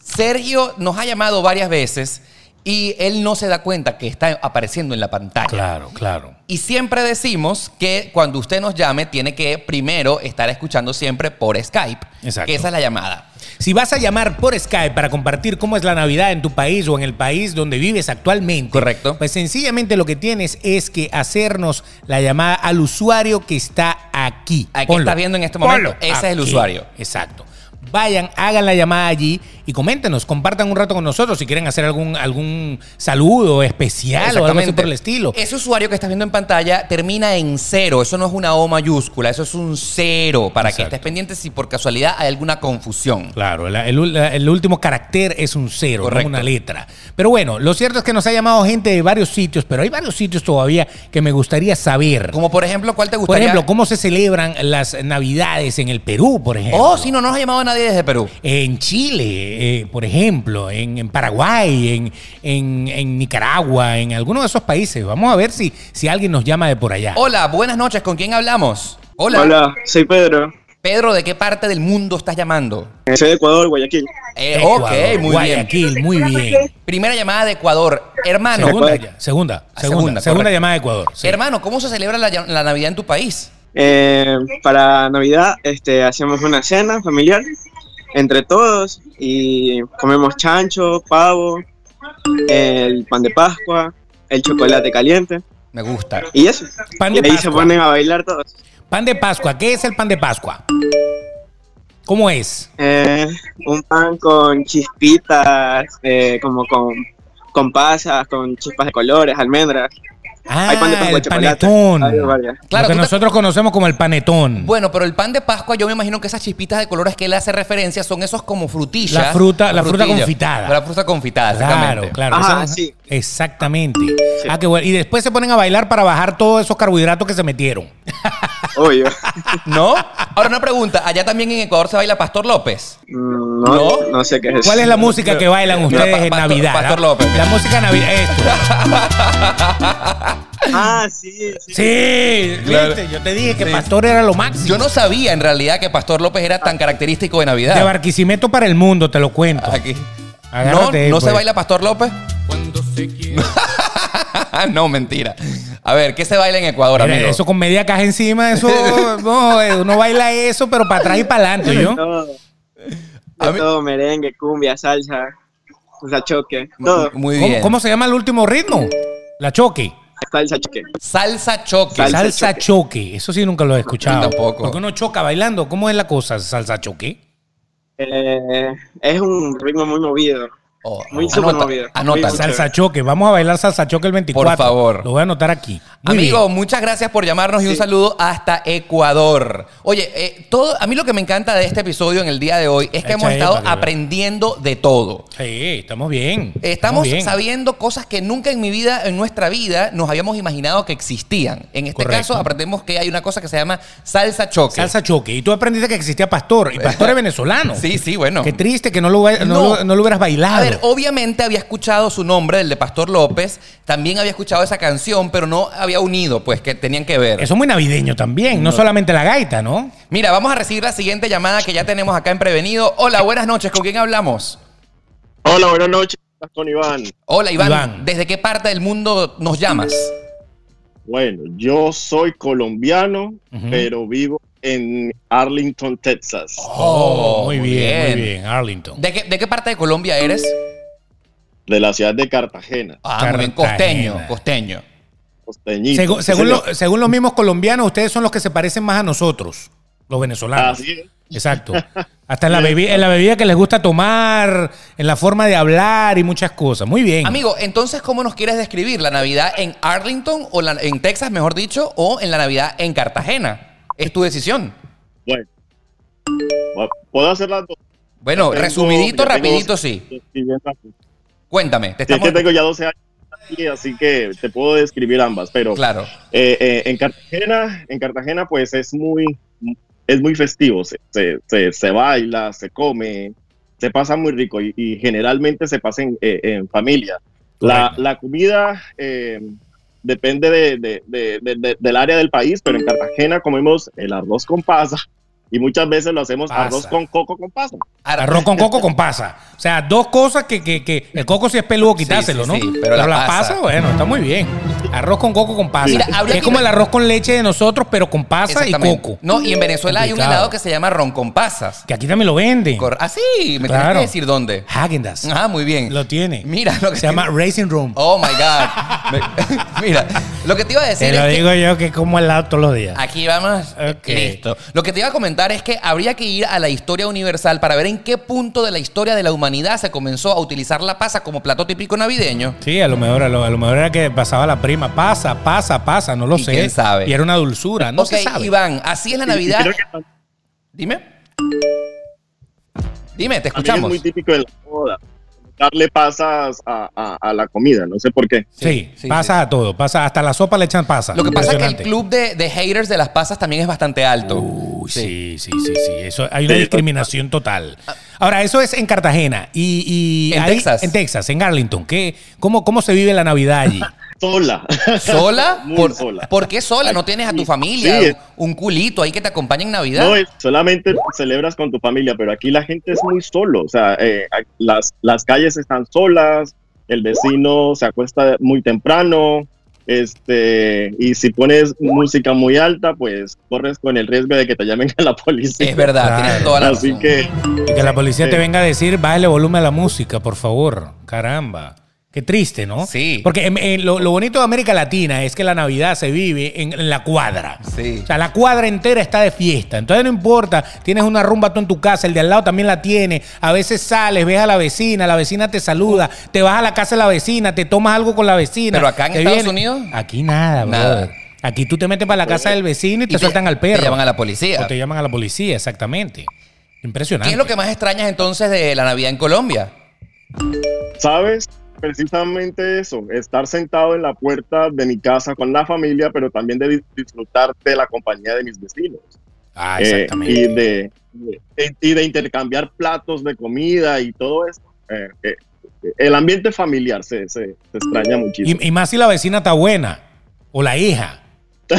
Speaker 1: Sergio nos ha llamado varias veces y él no se da cuenta que está apareciendo en la pantalla.
Speaker 2: Claro, claro.
Speaker 1: Y siempre decimos que cuando usted nos llame tiene que primero estar escuchando siempre por Skype.
Speaker 2: Exacto.
Speaker 1: Que esa es la llamada.
Speaker 2: Si vas a llamar por Skype para compartir cómo es la Navidad en tu país o en el país donde vives actualmente,
Speaker 1: Correcto.
Speaker 2: pues sencillamente lo que tienes es que hacernos la llamada al usuario que está aquí.
Speaker 1: Al que está viendo en este momento. Ese es el usuario.
Speaker 2: Exacto. Vayan, hagan la llamada allí y coméntenos, compartan un rato con nosotros si quieren hacer algún, algún saludo especial o algo así
Speaker 1: Exactamente.
Speaker 2: por el estilo.
Speaker 1: Ese usuario que estás viendo en pantalla termina en cero. Eso no es una O mayúscula, eso es un cero. Para que
Speaker 2: Exacto.
Speaker 1: estés pendiente si por casualidad hay alguna confusión.
Speaker 2: Claro, la- el, ul- el último carácter es un cero, no
Speaker 1: Correcto.
Speaker 2: una letra. Pero bueno, lo cierto es que nos ha llamado gente de varios sitios, pero hay varios sitios todavía que me gustaría saber.
Speaker 1: Como por ejemplo, ¿cuál te
Speaker 2: Por
Speaker 1: gustaría?
Speaker 2: ejemplo, ¿cómo se celebran las Navidades en el Perú, por ejemplo?
Speaker 1: Oh, sí, no, no nos ha llamado nadie desde Perú.
Speaker 2: En Chile, eh, por ejemplo, en, en Paraguay, en, en- en Nicaragua, en alguno de esos países. Vamos a ver si, si alguien nos llama de por allá.
Speaker 1: Hola, buenas noches. ¿Con quién hablamos? Hola.
Speaker 15: soy Pedro.
Speaker 1: Pedro, ¿de qué parte del mundo estás llamando?
Speaker 15: Soy de Ecuador, Guayaquil.
Speaker 1: Eh,
Speaker 2: Ecuador,
Speaker 1: ok, muy
Speaker 2: Guayaquil, muy bien.
Speaker 1: bien. Primera llamada de Ecuador. Hermano.
Speaker 2: Segunda, ya, segunda,
Speaker 1: Ah, segunda,
Speaker 2: segunda, segunda
Speaker 1: correcto.
Speaker 2: llamada de Ecuador. sí.
Speaker 1: Hermano, ¿cómo se celebra la, la Navidad en tu país?
Speaker 15: Eh, para Navidad este, hacemos una cena familiar entre todos y comemos chancho, pavo, el pan de Pascua, el chocolate caliente
Speaker 1: Me gusta.
Speaker 15: y eso.
Speaker 2: Pan
Speaker 15: y
Speaker 2: de
Speaker 15: ahí se
Speaker 2: Pascua.
Speaker 15: ponen a bailar todos.
Speaker 2: Pan de Pascua, ¿qué es el pan de Pascua? ¿Cómo es?
Speaker 15: Eh, un pan con chispitas, eh, como con, con pasas, con chispas de colores, almendras.
Speaker 2: Ah,
Speaker 15: Hay pan de Pascua,
Speaker 2: el
Speaker 15: chocolate.
Speaker 2: panetón.
Speaker 15: Hay varias.
Speaker 1: Claro,
Speaker 2: lo que
Speaker 1: tú te-
Speaker 2: nosotros conocemos como el panetón.
Speaker 1: Bueno, pero el pan de Pascua, yo me imagino que esas chispitas de colores que él hace referencia son esos como frutillas.
Speaker 2: La fruta- la fruta
Speaker 1: frutilla.
Speaker 2: confitada.
Speaker 1: La fruta confitada,
Speaker 2: Claro,
Speaker 1: exactamente.
Speaker 2: claro.
Speaker 15: Ajá,
Speaker 2: Esa-
Speaker 15: sí.
Speaker 2: Exactamente. Ah, qué bueno. Y después se ponen a bailar para bajar todos esos carbohidratos que se metieron.
Speaker 15: Obvio.
Speaker 1: <laughs> ¿No? Ahora una pregunta, allá también en Ecuador se baila Pastor López.
Speaker 15: Mm, No,
Speaker 1: ¿No?
Speaker 15: no, sé qué es eso.
Speaker 2: ¿Cuál es la música que bailan ustedes
Speaker 1: Pa-
Speaker 2: en
Speaker 1: Pastor-
Speaker 2: Navidad?
Speaker 1: Pastor
Speaker 2: ah?
Speaker 1: López.
Speaker 2: La música navideña.
Speaker 15: Ah, sí, sí.
Speaker 2: Sí,
Speaker 1: Claro.
Speaker 2: viste, yo te dije que Pastor era lo máximo.
Speaker 1: Yo no sabía en realidad que Pastor López era tan característico de
Speaker 2: De
Speaker 1: Navidad.
Speaker 2: Barquisimeto para el mundo, te lo cuento.
Speaker 1: Aquí. No,
Speaker 2: Agárrate ahí,
Speaker 1: no se
Speaker 2: pues.
Speaker 1: baila Pastor López. <laughs> no, mentira. A ver, ¿qué se baila en Ecuador,
Speaker 2: Mira,
Speaker 1: amigo?
Speaker 2: eso con media caja
Speaker 1: <laughs>
Speaker 2: encima, eso no, eh, uno baila eso, pero para atrás y para adelante,
Speaker 15: De
Speaker 2: yo.
Speaker 15: todo. De
Speaker 1: A mí-
Speaker 15: todo, merengue, cumbia, salsa, salsa choque, todo.
Speaker 1: Muy
Speaker 2: ¿Cómo,
Speaker 1: bien.
Speaker 2: cómo se llama el último ritmo? La choque.
Speaker 15: Salsa choque.
Speaker 1: Salsa choque.
Speaker 15: Salsa
Speaker 2: Salsa, choque. Eso sí nunca lo he escuchado.
Speaker 1: Yo tampoco.
Speaker 2: Porque uno choca bailando. ¿Cómo es la cosa? Salsa choque.
Speaker 15: Eh, es un ritmo muy movido.
Speaker 1: Oh,
Speaker 15: muy
Speaker 2: Anota,
Speaker 15: súper movido.
Speaker 2: anota.
Speaker 15: Muy
Speaker 2: Salsa choque. Vamos a bailar salsa choque el 24.
Speaker 1: Por favor.
Speaker 2: Lo voy a anotar aquí. Muy bien.
Speaker 1: Amigo, muchas gracias por llamarnos y un saludo hasta Ecuador. Oye, eh, todo, a mí lo que me encanta de este episodio en el día de hoy es que hemos
Speaker 2: Echa
Speaker 1: estado
Speaker 2: epa, que-
Speaker 1: aprendiendo de todo.
Speaker 2: Sí, estamos bien.
Speaker 1: Estamos
Speaker 2: bien.
Speaker 1: sabiendo cosas que nunca en mi vida, en nuestra vida, nos habíamos imaginado que existían. En este
Speaker 2: Correcto.
Speaker 1: caso, aprendemos que hay una cosa que se llama salsa choque.
Speaker 2: Salsa choque. Y tú aprendiste que existía Pastor. Y Pastor es venezolano.
Speaker 1: Sí, sí, bueno.
Speaker 2: Qué triste que no lo, va- Eh, no
Speaker 1: No.
Speaker 2: lo- no lo hubieras bailado.
Speaker 1: A ver, oh. obviamente había escuchado su nombre, el de Pastor López. También había escuchado esa canción, pero no había unido, pues, que tenían que ver.
Speaker 2: Eso es muy navideño también. No,
Speaker 1: No.
Speaker 2: solamente la gaita, ¿no?
Speaker 1: Mira, vamos a recibir la siguiente llamada que ya tenemos acá en Prevenido. Hola, buenas noches. ¿Con quién hablamos?
Speaker 16: Hola, buenas noches. Estás con Iván.
Speaker 1: Hola, Iván. ¿Desde qué parte del mundo nos llamas?
Speaker 16: Bueno, yo soy colombiano, pero vivo en Arlington, Texas.
Speaker 2: Oh, muy bien, muy bien. Arlington.
Speaker 1: Oh, ¿De qué, de qué parte de Colombia eres?
Speaker 16: De la ciudad de Cartagena.
Speaker 1: Ah, muy bien. Costeño, costeño.
Speaker 16: Costeñito.
Speaker 2: Según,
Speaker 16: sí,
Speaker 2: según
Speaker 16: señor.
Speaker 2: lo- según los mismos colombianos, ustedes son los que se parecen más a nosotros, los venezolanos.
Speaker 16: Así es.
Speaker 2: Exacto. Hasta en
Speaker 1: <laughs>
Speaker 2: la, bebi- en la bebida que les gusta tomar, en la forma de hablar y muchas cosas. Muy bien.
Speaker 1: Amigo, entonces, ¿cómo nos quieres describir? ¿La Navidad en Arlington, o la- en Texas, mejor dicho, o en la Navidad en Cartagena? Es tu decisión.
Speaker 16: Bueno. Bueno, ¿Puedo hacer las dos?
Speaker 1: Bueno,
Speaker 16: Ya tengo-
Speaker 1: resumidito,
Speaker 16: ya tengo
Speaker 1: rapidito,
Speaker 16: 12
Speaker 1: sí.
Speaker 16: bien rápido.
Speaker 1: Cuéntame. Te
Speaker 16: Sí, es
Speaker 1: estamos...
Speaker 16: que tengo ya 12 años aquí, así que te puedo describir ambas, pero
Speaker 1: Claro.
Speaker 16: eh, eh, en Cartagena, en Cartagena pues es muy es muy festivo, se, se- se- se baila, se come, se pasa muy rico y, y generalmente se pasa en, eh, en familia. La, la comida eh, depende de- de- de- de- de- del área del país, pero en Cartagena comemos el arroz con pasa y muchas veces lo hacemos
Speaker 2: Pasa.
Speaker 16: arroz con coco con pasa.
Speaker 2: Arroz con coco con pasa. O sea, dos cosas que, que- que el coco si es peludo quitárselo,
Speaker 1: sí,
Speaker 2: ¿no?
Speaker 1: sí, pero
Speaker 2: pero
Speaker 1: la
Speaker 2: la
Speaker 1: pasa.
Speaker 2: pasa, bueno, está muy bien. Arroz con coco con pasa.
Speaker 1: Mira, habría
Speaker 2: es
Speaker 1: que-
Speaker 2: como el arroz con leche de nosotros, pero con pasa y
Speaker 1: Exactamente.
Speaker 2: coco.
Speaker 1: No, y en Venezuela hay un
Speaker 2: Complicado.
Speaker 1: helado que se llama ron con pasas.
Speaker 2: Que aquí también lo venden.
Speaker 1: Cor- ah, sí, me tienes
Speaker 2: Claro.
Speaker 1: que decir <laughs> dónde.
Speaker 2: Häagen-Dazs.
Speaker 1: Ah, muy bien.
Speaker 2: Lo tiene.
Speaker 1: Mira lo que
Speaker 2: Se llama Racing Room.
Speaker 1: <laughs> Oh my God. Me- <laughs> Mira, lo que te iba a decir este
Speaker 2: Te lo
Speaker 1: es que-
Speaker 2: digo yo que como helado todos los días.
Speaker 1: Aquí vamos. Listo. Lo que te iba a comentar es que habría que ir a la historia universal para ver en qué punto de la historia de la humanidad se comenzó a utilizar la pasa como plato típico navideño.
Speaker 2: Sí, a lo mejor, a lo, a lo mejor era que pasaba la prima. Pasa, pasa, pasa, no lo sé.
Speaker 1: quién sabe?
Speaker 2: Y era una dulzura, no
Speaker 1: ok,
Speaker 2: se sabe.
Speaker 1: Iván, así es la Navidad.
Speaker 16: Creo que
Speaker 1: Dime. Dime, te
Speaker 16: También
Speaker 1: escuchamos.
Speaker 16: es muy típico de la moda. Darle pasas a, a- a la comida, no sé por qué.
Speaker 2: Sí, pasa a todo, pasa hasta la sopa le echan pasa.
Speaker 1: Lo que pasa es que el club
Speaker 2: Impresionante.
Speaker 1: de, de haters de las pasas también es bastante alto.
Speaker 2: Uy, sí, sí, sí, sí. Eso, hay una discriminación total. Ahora, eso es en Cartagena y, y
Speaker 1: En
Speaker 2: ahí-
Speaker 1: Texas.
Speaker 2: en Texas, en Arlington. ¿Qué, cómo, ¿Cómo se vive la Navidad allí?
Speaker 16: <laughs> Sola.
Speaker 1: ¿Sola?
Speaker 16: <laughs> Muy
Speaker 1: ¿Por,
Speaker 16: sola.
Speaker 1: por qué sola? ¿No tienes a tu familia?
Speaker 16: Sí.
Speaker 1: un, un culito ahí que te acompañe en Navidad?
Speaker 16: No, es- solamente celebras con tu familia, pero aquí la gente es muy solo, o sea, eh, a- las, las calles están solas, el vecino se acuesta muy temprano, este, y si pones música muy alta, pues corres con el riesgo de que te llamen a la policía.
Speaker 1: Es verdad, tienes toda la
Speaker 16: Así
Speaker 1: razón.
Speaker 16: que eh,
Speaker 2: Y que la policía
Speaker 16: Sí.
Speaker 2: te venga a decir, bájale volumen a la música, por favor. Caramba. Qué triste, ¿no? Sí. Porque en- en lo, lo bonito de América Latina es que la Navidad se vive en, en la cuadra.
Speaker 1: Sí.
Speaker 2: O sea, la cuadra entera está de fiesta. Entonces no importa, tienes una rumba tú en tu casa, el de al lado también la tiene. A veces sales, ves a la vecina, la vecina te saluda, te vas a la casa de la vecina, te tomas algo con la vecina.
Speaker 1: Pero acá en
Speaker 2: te
Speaker 1: Estados
Speaker 2: viene-
Speaker 1: Unidos,
Speaker 2: Ah, Aquí nada,
Speaker 1: Nada.
Speaker 2: brother. Aquí tú te metes para la casa del vecino y te, sueltan al perro.
Speaker 1: te llaman a la policía.
Speaker 2: O te llaman a la policía, exactamente. Impresionante.
Speaker 1: ¿Qué es lo que más extrañas entonces de la Navidad en Colombia?
Speaker 16: ¿Sabes? Precisamente eso, estar sentado en la puerta de mi casa con la familia, pero también de dis- disfrutar de la compañía de mis vecinos.
Speaker 2: Ah,
Speaker 16: Eh,
Speaker 2: exactamente.
Speaker 16: y, de, de- y de intercambiar platos de comida y todo eso. Eh, eh, el ambiente familiar se, se- se extraña muchísimo.
Speaker 2: Y, y más si la vecina está buena. O la hija.
Speaker 16: <laughs>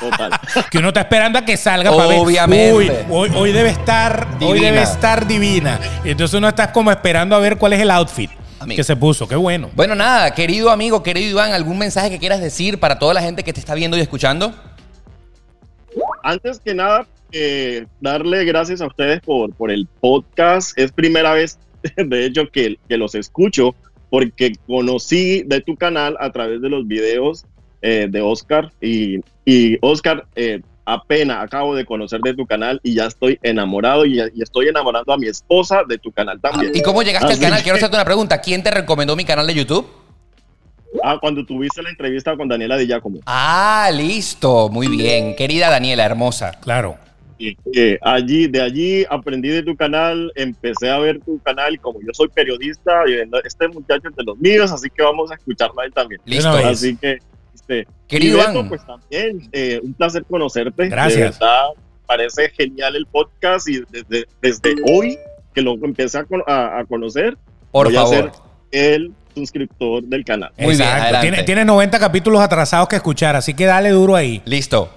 Speaker 16: Total.
Speaker 2: Que uno está esperando a que salga para ver.
Speaker 1: Obviamente.
Speaker 2: Uy, hoy, hoy debe estar Hoy
Speaker 1: Divina.
Speaker 2: debe estar divina. Y entonces uno está como esperando a ver cuál es el outfit
Speaker 1: Amigo.
Speaker 2: que se puso. Qué bueno.
Speaker 1: Bueno, nada, querido amigo, querido Iván, ¿algún mensaje que quieras decir para toda la gente que te está viendo y escuchando?
Speaker 16: Antes que nada, eh, darle gracias a ustedes por, por el podcast. Es primera vez, <laughs> de hecho, que, que los escucho porque conocí de tu canal a través de los videos eh, de Oscar y, y Oscar eh, apenas acabo de conocer de tu canal y ya estoy enamorado y, y estoy enamorando a mi esposa de tu canal también.
Speaker 1: ¿Y cómo llegaste al
Speaker 16: Así
Speaker 1: canal?
Speaker 16: que-
Speaker 1: Quiero hacerte una pregunta. ¿Quién te recomendó mi canal de YouTube?
Speaker 16: Ah, cuando tuviste la entrevista con Daniela de Giacomo.
Speaker 1: Ah, listo. Muy bien. Querida Daniela, hermosa.
Speaker 2: Claro.
Speaker 16: Eh, allí, de allí aprendí de tu canal, empecé a ver tu canal y como yo soy periodista, eh, no, este muchacho es de los míos, así que vamos a escucharlo a él también.
Speaker 1: Listo. Una vez.
Speaker 16: Así que, este,
Speaker 1: Querido
Speaker 16: y Beto,
Speaker 1: Iván.
Speaker 16: pues también, eh, un placer conocerte.
Speaker 2: Gracias.
Speaker 16: De verdad, parece genial el podcast y desde, desde hoy que lo empecé a, con- a- a conocer,
Speaker 1: Por
Speaker 16: voy
Speaker 1: favor.
Speaker 16: a ser el suscriptor del canal.
Speaker 2: Exacto. Tiene, tiene 90 capítulos atrasados que escuchar, así que dale duro ahí.
Speaker 1: Listo.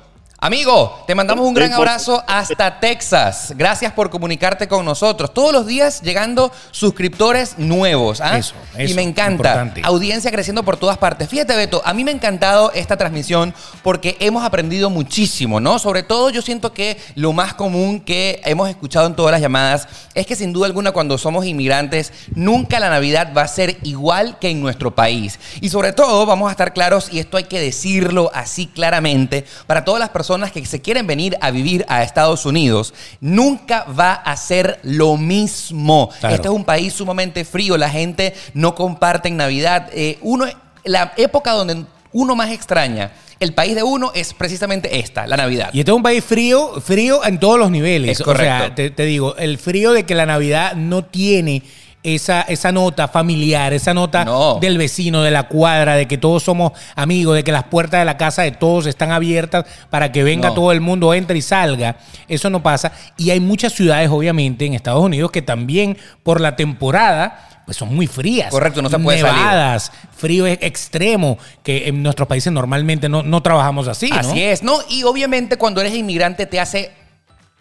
Speaker 1: Amigo, te mandamos un gran abrazo hasta Texas. Gracias por comunicarte con nosotros. Todos los días llegando suscriptores nuevos. ¿ah?
Speaker 2: Eso, eso,
Speaker 1: y me encanta.
Speaker 2: importante.
Speaker 1: Audiencia creciendo por todas partes. Fíjate, Beto, a mí me ha encantado esta transmisión porque hemos aprendido muchísimo, ¿no? Sobre todo yo siento que lo más común que hemos escuchado en todas las llamadas es que sin duda alguna cuando somos inmigrantes nunca la Navidad va a ser igual que en nuestro país. Y sobre todo vamos a estar claros, y esto hay que decirlo así claramente, para todas las personas que se quieren venir a vivir a Estados Unidos, nunca va a ser lo mismo.
Speaker 2: Claro.
Speaker 1: Este es un país sumamente frío, la gente no comparte en Navidad. Eh, uno, la época donde uno más extraña el país de uno es precisamente esta, la Navidad.
Speaker 2: Y este es un país frío, frío en todos los niveles.
Speaker 1: Es correcto.
Speaker 2: O sea, te, te digo, el frío de que la Navidad no tiene esa, esa nota familiar, esa nota del vecino, de la cuadra, de que todos somos amigos, de que las puertas de la casa de todos están abiertas para que venga
Speaker 1: No.
Speaker 2: todo el mundo, entre y salga. Eso no pasa. Y hay muchas ciudades, obviamente, en Estados Unidos que también por la temporada... Pues son muy frías.
Speaker 1: Correcto, no se puede salir.
Speaker 2: nevadas, frío e- extremo, que en nuestros países normalmente no, no trabajamos así, ¿no?
Speaker 1: Así es, ¿no? Y obviamente cuando eres inmigrante te hace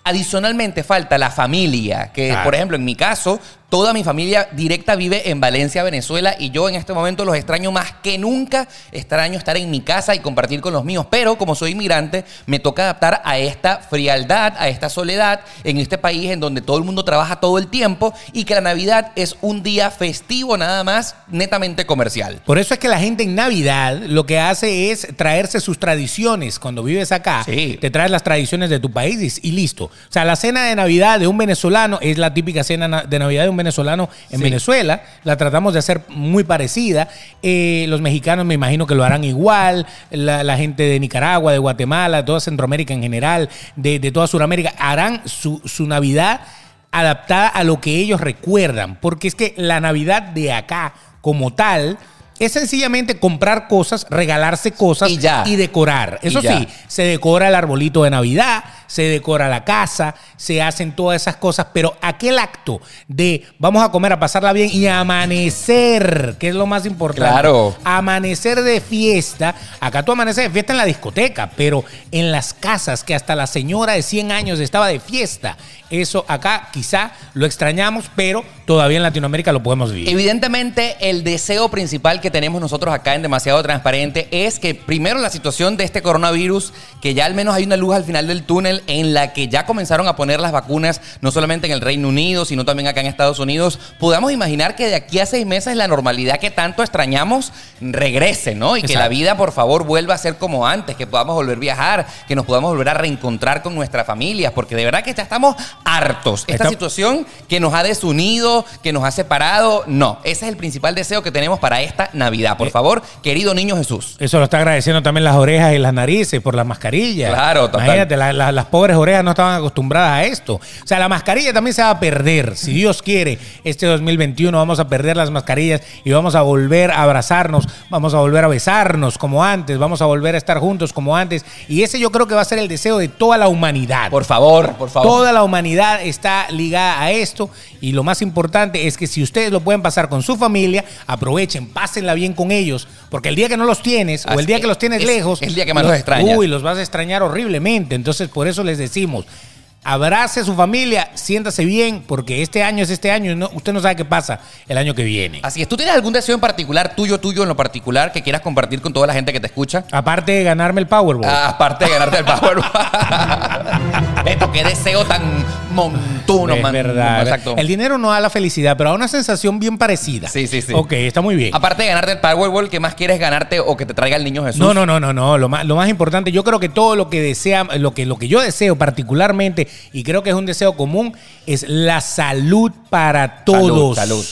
Speaker 1: adicionalmente falta la familia, que
Speaker 2: Claro.
Speaker 1: por ejemplo en mi caso, toda mi familia directa vive en Valencia, Venezuela, y yo en este momento los extraño más que nunca, extraño estar en mi casa y compartir con los míos, pero como soy inmigrante, me toca adaptar a esta frialdad, a esta soledad en este país en donde todo el mundo trabaja todo el tiempo y que la Navidad es un día festivo nada más, netamente comercial.
Speaker 2: Por eso es que la gente en Navidad lo que hace es traerse sus tradiciones. Cuando vives acá, te traes las tradiciones de tu país y, y listo. O sea, la cena de Navidad de un venezolano es la típica cena na- de Navidad de un venezolano en
Speaker 1: Sí.
Speaker 2: Venezuela. La tratamos de hacer muy parecida. Eh, los mexicanos me imagino que lo harán igual. La, la gente de Nicaragua, de Guatemala, toda Centroamérica en general, de, de toda Sudamérica, harán su, su Navidad adaptada a lo que ellos recuerdan. Porque es que la Navidad de acá, como tal, es sencillamente comprar cosas, regalarse cosas y, decorar.
Speaker 1: Y
Speaker 2: Eso
Speaker 1: ya.
Speaker 2: sí, se decora el arbolito de Navidad, se decora la casa, se hacen todas esas cosas, pero aquel acto de vamos a comer, a pasarla bien y amanecer, que es lo más importante.
Speaker 1: Claro.
Speaker 2: Amanecer de fiesta. Acá tú amaneces de fiesta en la discoteca, pero en las casas que hasta la señora de 100 años estaba de fiesta. Eso acá quizá lo extrañamos, pero todavía en Latinoamérica lo podemos vivir.
Speaker 1: Evidentemente, el deseo principal que tenemos nosotros acá en Demasiado Transparente es que primero la situación de este coronavirus, que ya al menos hay una luz al final del túnel en la que ya comenzaron a poner las vacunas, no solamente en el Reino Unido, sino también acá en Estados Unidos, podamos imaginar que de aquí a seis meses la normalidad que tanto extrañamos regrese, ¿no? Y que
Speaker 2: Exacto.
Speaker 1: la vida, por favor, vuelva a ser como antes, que podamos volver a viajar, que nos podamos volver a reencontrar con nuestras familias, porque de verdad que ya estamos hartos. Esta
Speaker 2: Estamos-
Speaker 1: situación que nos ha desunido, que nos ha separado. No, ese es el principal deseo que tenemos para esta Navidad.
Speaker 2: Eh.
Speaker 1: Por favor, querido niño Jesús.
Speaker 2: Eso lo está agradeciendo también las orejas y las narices por las mascarillas.
Speaker 1: Claro, total.
Speaker 2: Imagínate, la- la- las pobres orejas no estaban acostumbradas a esto. O sea, la mascarilla también se va a perder. Si Dios quiere, este 2021 vamos a perder las mascarillas y vamos a volver a abrazarnos, vamos a volver a besarnos como antes, vamos a volver a estar juntos como antes. Y ese yo creo que va a ser el deseo de toda la humanidad.
Speaker 1: Por favor, por favor.
Speaker 2: Toda la humanidad está ligada a esto y lo más importante es que si ustedes lo pueden pasar con su familia, aprovechen, pásenla bien con ellos, porque el día que no los tienes o
Speaker 1: Así
Speaker 2: el día que los tienes
Speaker 1: es,
Speaker 2: lejos,
Speaker 1: es el día que más los extrañas.
Speaker 2: Uy, los vas a extrañar horriblemente, entonces por eso les decimos, abrace a su familia, siéntase bien, porque este año es este año y no- usted no sabe qué pasa el año que viene.
Speaker 1: Así es, ¿tú tienes algún deseo en particular, tuyo, tuyo, en lo particular, que quieras compartir con toda la gente que te escucha? Ah,
Speaker 2: Aparte de ganarme el Powerball.
Speaker 1: Aparte de ganarte el Powerball. <laughs> respeto, qué deseo tan montuno,
Speaker 2: Es
Speaker 1: man.
Speaker 2: verdad.
Speaker 1: Exacto.
Speaker 2: El dinero no da la felicidad, pero da una sensación bien parecida.
Speaker 1: Sí, sí, sí.
Speaker 2: Ok, está muy bien.
Speaker 1: Aparte de ganarte el Powerball, ¿qué más quieres ganarte o que te traiga el niño Jesús?
Speaker 2: No, no, no, no, no. Lo más, lo más importante, yo creo que todo lo que desea, lo que, lo que yo deseo particularmente, y creo que es un deseo común, es la salud para todos.
Speaker 1: salud.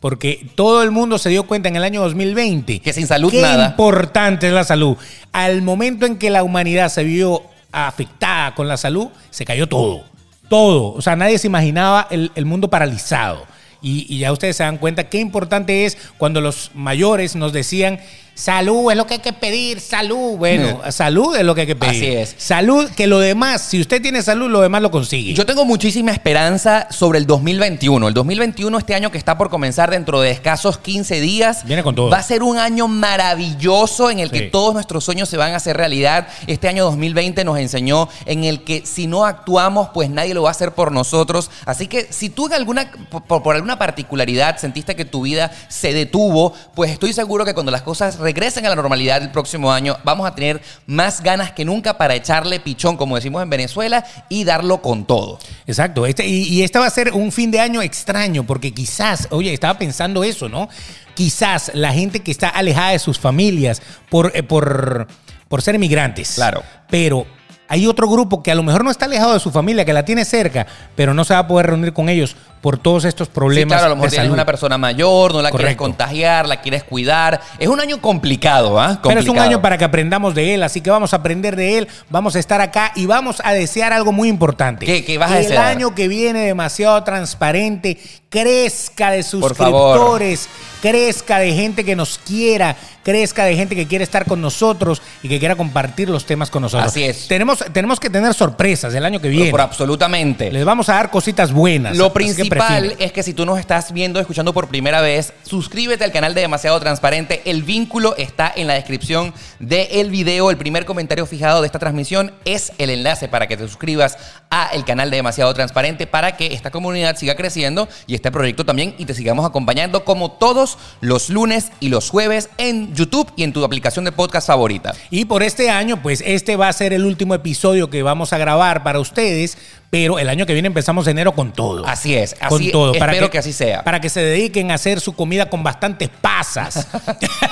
Speaker 2: Porque todo el mundo se dio cuenta en el año 2020 que
Speaker 1: sin salud
Speaker 2: qué
Speaker 1: nada.
Speaker 2: importante es la salud. Al momento en que la humanidad se vio afectada con la salud, se cayó todo. Todo. O sea, nadie se imaginaba el, el mundo paralizado. Y, y ya ustedes se dan cuenta qué importante es cuando los mayores nos decían, salud es lo que hay que pedir, salud. Bueno, salud es lo que hay que pedir.
Speaker 1: Así es.
Speaker 2: Salud, que lo demás, si usted tiene salud, lo demás lo consigue.
Speaker 1: Yo tengo muchísima esperanza sobre el 2021. El 2021, este año que está por comenzar dentro de escasos 15 días,
Speaker 2: Viene con todo.
Speaker 1: va a ser un año maravilloso en el que todos nuestros sueños se van a hacer realidad. Este año 2020 nos enseñó en el que si no actuamos, pues nadie lo va a hacer por nosotros. Así que si tú en alguna, por, por alguna particularidad sentiste que tu vida se detuvo, pues estoy seguro que cuando las cosas regresen a la normalidad el próximo año, vamos a tener más ganas que nunca para echarle pichón, como decimos en Venezuela, y darlo con todo.
Speaker 2: Exacto. Este, y, y este va a ser un fin de año extraño, porque quizás, oye, estaba pensando eso, ¿no? Quizás la gente que está alejada de sus familias por, eh, por, por ser migrantes. Claro. Pero hay otro grupo que a lo mejor no está alejado de su familia, que la tiene cerca, pero no se va a poder reunir con ellos por todos estos
Speaker 1: Sí,
Speaker 2: problemas.
Speaker 1: claro, a lo mejor
Speaker 2: de
Speaker 1: tienes
Speaker 2: salud.
Speaker 1: una persona mayor, no la quieres
Speaker 2: Correcto.
Speaker 1: contagiar, la quieres cuidar. Es un año complicado, ¿ah?
Speaker 2: Pero es un
Speaker 1: Complicado.
Speaker 2: año para que aprendamos de él, así que vamos a aprender de él, vamos a estar acá y vamos a desear algo muy importante.
Speaker 1: ¿Qué- qué vas a
Speaker 2: Que El
Speaker 1: desear?
Speaker 2: año que viene demasiado transparente, crezca de
Speaker 1: favor.
Speaker 2: suscriptores, crezca de gente que nos quiera, crezca de gente que quiere estar con nosotros y que quiera compartir los temas con nosotros.
Speaker 1: Así es.
Speaker 2: Tenemos, tenemos que tener sorpresas el año que
Speaker 1: Pero
Speaker 2: viene.
Speaker 1: por absolutamente.
Speaker 2: Les vamos a dar cositas buenas.
Speaker 1: Lo
Speaker 2: así que
Speaker 1: principal
Speaker 2: prefieren.
Speaker 1: es que si tú nos estás viendo, escuchando por primera vez, suscríbete al canal de Demasiado Transparente. El vínculo está en la descripción del video. El primer comentario fijado de esta transmisión es el enlace para que te suscribas a el canal de Demasiado Transparente para que esta comunidad siga creciendo y este proyecto también y te sigamos acompañando como todos los lunes y los jueves en YouTube y en tu aplicación de podcast favorita.
Speaker 2: Y por este año, pues este va a ser el último episodio que vamos a grabar para ustedes, pero el año que viene empezamos enero con todo.
Speaker 1: Así es, así
Speaker 2: con todo.
Speaker 1: espero que así sea.
Speaker 2: Para que se dediquen a hacer su comida con bastantes pasas,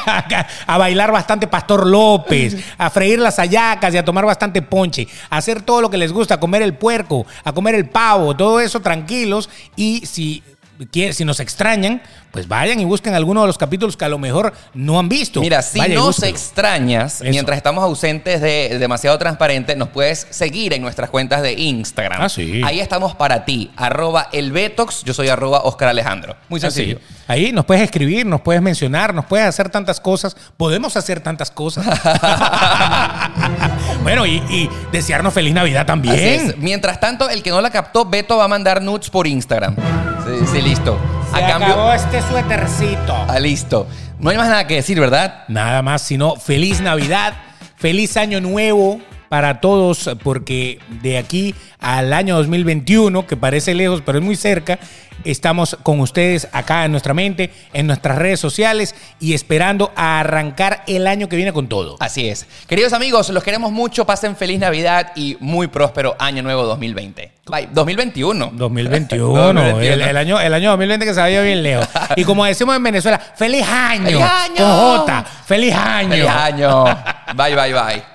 Speaker 2: <laughs> a bailar bastante Pastor López, a freír las hallacas y a tomar bastante ponche, a hacer todo lo que les gusta, a comer el puerco, a comer el pavo, todo eso tranquilos y si... quieren- Si nos extrañan, pues vayan y busquen alguno de los capítulos que a lo mejor no han visto.
Speaker 1: Mira, si
Speaker 2: Vaya y
Speaker 1: nos
Speaker 2: búsquelo.
Speaker 1: extrañas,
Speaker 2: Eso.
Speaker 1: mientras estamos ausentes de Demasiado Transparente, nos puedes seguir en nuestras cuentas de Instagram.
Speaker 2: Ah, sí.
Speaker 1: Ahí estamos para ti, arroba el Betox, yo soy arroba Oscar Alejandro. Muy
Speaker 2: Así.
Speaker 1: sencillo.
Speaker 2: Ahí nos puedes escribir, nos puedes mencionar, nos puedes hacer tantas cosas. Podemos hacer
Speaker 1: <laughs>
Speaker 2: tantas cosas. bueno, y, y desearnos feliz Navidad también.
Speaker 1: Así es. Mientras tanto, el que no la captó, Beto va a mandar nudes por Instagram. Sí, sí, listo.
Speaker 2: Se
Speaker 1: a cambio,
Speaker 2: acabó este suétercito.
Speaker 1: Ah, listo. No hay más nada que decir, ¿verdad?
Speaker 2: Nada más, sino feliz Navidad, feliz año nuevo para todos, porque de aquí al año 2021, que parece lejos, pero es muy cerca, estamos con ustedes acá en nuestra mente, en nuestras redes sociales y esperando a arrancar el año que viene con todo.
Speaker 1: Así es. Queridos amigos, los queremos mucho. Pasen feliz Navidad y muy próspero año nuevo 2020. Bye. 2021. <laughs>
Speaker 2: 2021, El, el año, el año 2020 que se había bien lejos. Y como decimos en Venezuela, ¡Feliz año!
Speaker 1: ¡Feliz año!
Speaker 2: Con J, ¡Feliz año! <laughs>
Speaker 1: Feliz año. Bye, bye, bye.